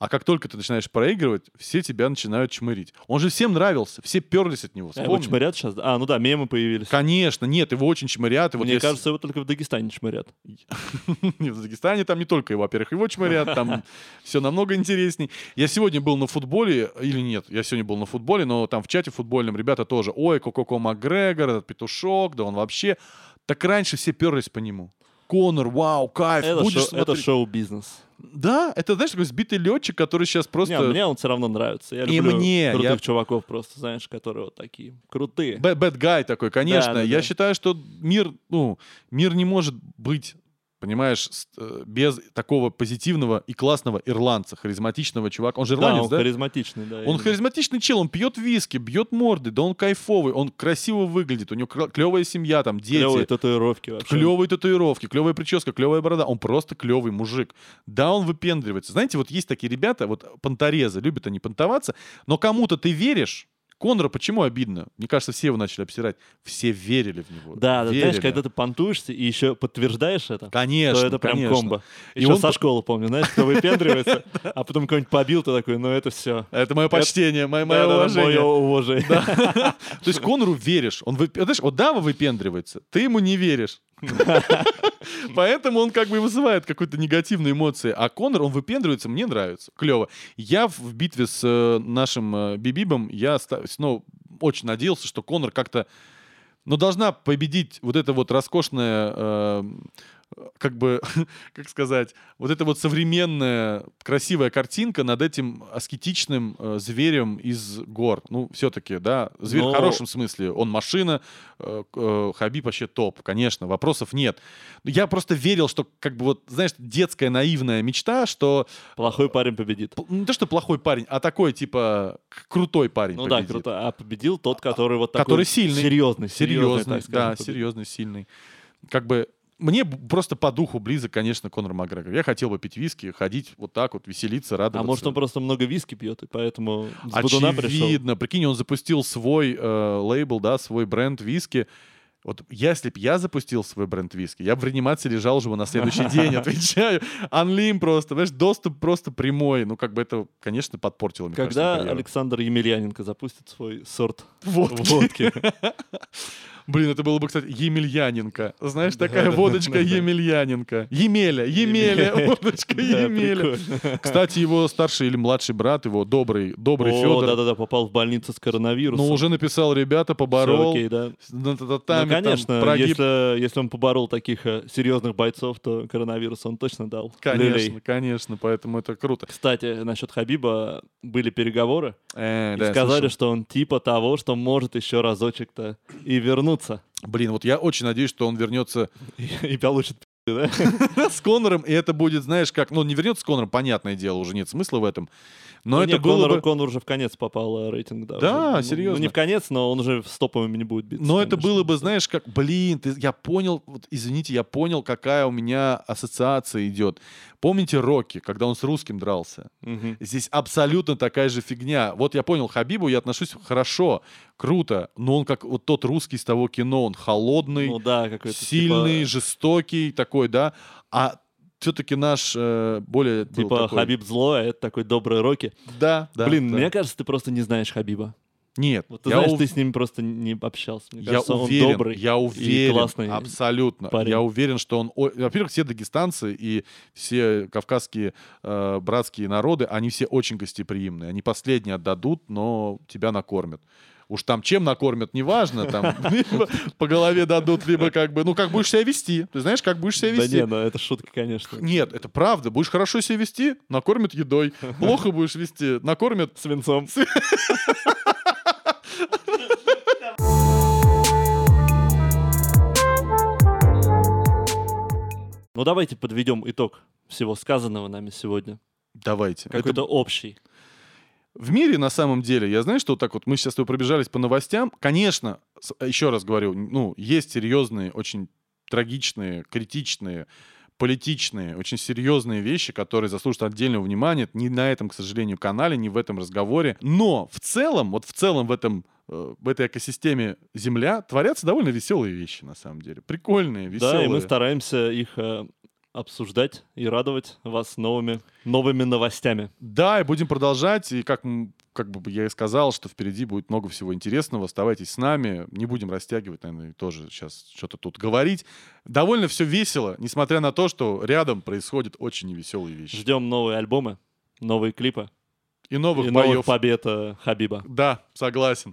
S1: а как только ты начинаешь проигрывать, все тебя начинают чмырить. Он же всем нравился, все перлись от него.
S2: А Его
S1: Вспомни.
S2: чморят сейчас? А, ну да, мемы появились.
S1: Конечно, нет, его очень чморят. И вот
S2: Мне
S1: я с-
S2: кажется, его только в Дагестане чморят.
S1: Нет, в Дагестане там не только, его, во-первых, его чморят,
S2: [laughs]
S1: там все намного интересней. Я сегодня был на футболе, или нет, я сегодня был на футболе, но там в чате футбольном ребята тоже, ой, Кококо Макгрегор, этот петушок, да он вообще... Так раньше все перлись по нему. Конор, вау, кайф,
S2: Это,
S1: будешь
S2: шо- это
S1: смотреть.
S2: шоу-бизнес.
S1: Да, это, знаешь, такой сбитый летчик, который сейчас просто...
S2: Не, мне он все равно нравится. Я
S1: И
S2: люблю
S1: мне,
S2: крутых
S1: я-
S2: чуваков просто, знаешь, которые вот такие крутые.
S1: Бэ- Bad guy такой, конечно.
S2: Да, да,
S1: я
S2: да.
S1: считаю, что мир, ну, мир не может быть, понимаешь, с- э, без такого позитивного и классного ирландца, харизматичного чувака. Он же
S2: да,
S1: ирландец,
S2: он
S1: да?
S2: харизматичный, да.
S1: Он
S2: и-
S1: харизматичный чел, он пьет виски, бьет морды, да он кайфовый, он красиво выглядит, у него клевая семья, там дети.
S2: Клевые татуировки вообще.
S1: Клевые татуировки, клевая прическа, клевая борода. Он просто клевый мужик. Да, он выпендривается. Знаете, вот есть такие ребята, вот понторезы, любят они понтоваться, но кому-то ты веришь. Конора почему обидно? Мне кажется, все его начали обсирать. Все верили в него.
S2: Да, да,
S1: Верили.
S2: знаешь, когда ты понтуешься и еще подтверждаешь это,
S1: Конечно,
S2: то это прям
S1: конечно.
S2: комбо.
S1: И
S2: Еще
S1: он
S2: со
S1: по-
S2: школы помню, знаешь,
S1: [laughs]
S2: кто выпендривается, [laughs] а потом кого-нибудь побил, ты такой, ну это все.
S1: Это мое почтение, мое, мое уважение.
S2: Мое уважение.
S1: То есть Конору веришь. Он вып- знаешь, вот Дава выпендривается, ты ему не веришь. Поэтому он как бы и вызывает какую-то негативную эмоции. А Конор, он выпендривается, мне нравится. Клево. Я в- в битве с э, нашим э, Бибибом, я ста- снова очень надеялся, что Конор как-то... Но должна победить вот это вот роскошное, э, как бы, [laughs] как сказать, вот эта вот современная красивая картинка над этим аскетичным э, зверем из гор. Ну, все-таки, да, зверь
S2: Но-
S1: в хорошем смысле. Он машина, э, к- э, Хабиб вообще топ, конечно, вопросов нет. Но я просто верил, что, как бы вот, знаешь, детская наивная мечта, что
S2: [laughs] Плохой парень победит.
S1: п- ну, не то, что плохой парень, а такой, типа, к- крутой парень
S2: Ну да,
S1: победит.
S2: круто. А победил тот, который вот такой...
S1: Который сильный.
S2: Серьезный,
S1: Серьезный,
S2: так скажем,
S1: да,
S2: победил.
S1: серьезный, сильный. Как бы мне б- просто по духу близок, конечно, Конор Макгрегор. Я хотел бы пить виски, ходить вот так вот, веселиться,
S2: А
S1: радоваться.
S2: может, он просто много виски пьет, и поэтому с Будуна пришел.
S1: Очевидно. Прикинь, он запустил свой э, лейбл, да, свой бренд виски. Вот если бы я запустил свой бренд виски, я бы в реанимации лежал уже на следующий
S2: [laughs]
S1: день, отвечаю. Анлим просто, знаешь, доступ просто прямой. Ну, как бы это, конечно, подпортило, мне кажется,
S2: Когда
S1: карьеру.
S2: Александр Емельяненко запустит свой сорт
S1: Водки.
S2: водки.
S1: Блин, это было бы, кстати, Емельяненко. Знаешь,
S2: Да,
S1: такая
S2: да,
S1: водочка
S2: да, да.
S1: Емельяненко. Емеля, Емеля,
S2: Емеля.
S1: водочка [laughs]
S2: Да,
S1: Емеля.
S2: прикольно.
S1: Кстати, его старший или младший брат, его добрый, добрый
S2: О,
S1: Федор,
S2: да-да-да, попал в больницу с коронавирусом.
S1: но уже написал, ребята,
S2: Всё
S1: поборол.
S2: окей, да.
S1: На
S2: Ну,
S1: тататами, там
S2: конечно,
S1: прогиб.
S2: если, если он поборол таких э, серьезных бойцов, то коронавирус он точно дал.
S1: Конечно,
S2: люлей.
S1: конечно, поэтому это круто.
S2: Кстати, насчет Хабиба были переговоры
S1: Э,
S2: и
S1: да, я
S2: сказали,
S1: слышал.
S2: что он типа того, что может еще разочек-то и вернуться. [laughs]
S1: Блин, вот я очень надеюсь, что он вернется [laughs]
S2: И, и получит пи***, да?
S1: с Конором, и это будет, знаешь, как... Ну, он не вернется с Конором, понятное дело, уже нет смысла в этом. Но
S2: Ну,
S1: это
S2: не,
S1: было
S2: Конор,
S1: бы...
S2: Конор уже в конец попал э, рейтинг. Да,
S1: Да,
S2: уже. Ну,
S1: серьезно.
S2: Ну, не в конец, но он уже с топами не будет биться.
S1: Но это
S2: конечно.
S1: было бы, знаешь, как, блин, ты, я понял, вот, извините, я понял, какая у меня ассоциация идет. Помните Рокки, когда он с русским дрался?
S2: Мгм.
S1: Здесь абсолютно такая же фигня. Вот я понял, Хабибу я отношусь хорошо, круто, но он как вот тот русский из того кино, он холодный,
S2: Ну да, какой-то
S1: сильный,
S2: типа,
S1: жестокий такой, да, а все-таки наш э, более... был
S2: типа
S1: такой-
S2: Хабиб злой, а это такой добрый Рокки.
S1: Да, да.
S2: Блин,
S1: да.
S2: мне кажется, ты просто не знаешь Хабиба.
S1: Нет,
S2: Вот ты
S1: я
S2: знаешь,
S1: ув-
S2: ты с ним просто не общался. Мне
S1: Я
S2: кажется,
S1: уверен,
S2: он добрый.
S1: я уверен,
S2: классный
S1: абсолютно.
S2: парень.
S1: Я уверен, что он, о- во-первых, все дагестанцы и все кавказские э, братские народы, они все очень гостеприимные. Они последние отдадут, но тебя накормят. Уж там чем накормят, неважно,
S2: [laughs]
S1: там либо по голове дадут, либо как бы, ну как будешь себя вести, ты знаешь, как будешь себя
S2: Да
S1: вести.
S2: не, ну это шутка, конечно.
S1: Нет, это правда. Будешь хорошо себя вести, накормят
S2: [laughs]
S1: едой. Плохо будешь вести, накормят
S2: Свинцом. Ну давайте подведем итог всего сказанного нами сегодня.
S1: [laughs] Давайте. Это
S2: Какой-то общий.
S1: В мире, на самом деле, я знаю, что вот так вот мы сейчас с тобой пробежались по новостям. Конечно, с- еще раз говорю, ну, есть серьезные, очень трагичные, критичные, политичные, очень серьезные вещи, которые заслуживают отдельного внимания. Это Не на этом, к сожалению, канале, не в этом разговоре. Но в целом, вот в целом в этом э, в этой экосистеме Земля творятся довольно веселые вещи, на самом деле. Прикольные, веселые.
S2: Да, и мы стараемся их э, обсуждать и радовать вас новыми, новыми новостями.
S1: Да, и будем продолжать. И как, м, как бы я и сказал, что впереди будет много всего интересного. Оставайтесь с нами. Не будем растягивать, наверное, и тоже сейчас что-то тут говорить. Довольно все весело, несмотря на то, что рядом происходят очень невеселые вещи.
S2: Ждем новые альбомы, новые клипы
S1: И новых
S2: и
S1: боев.
S2: новых побед э, Хабиба.
S1: Да, согласен.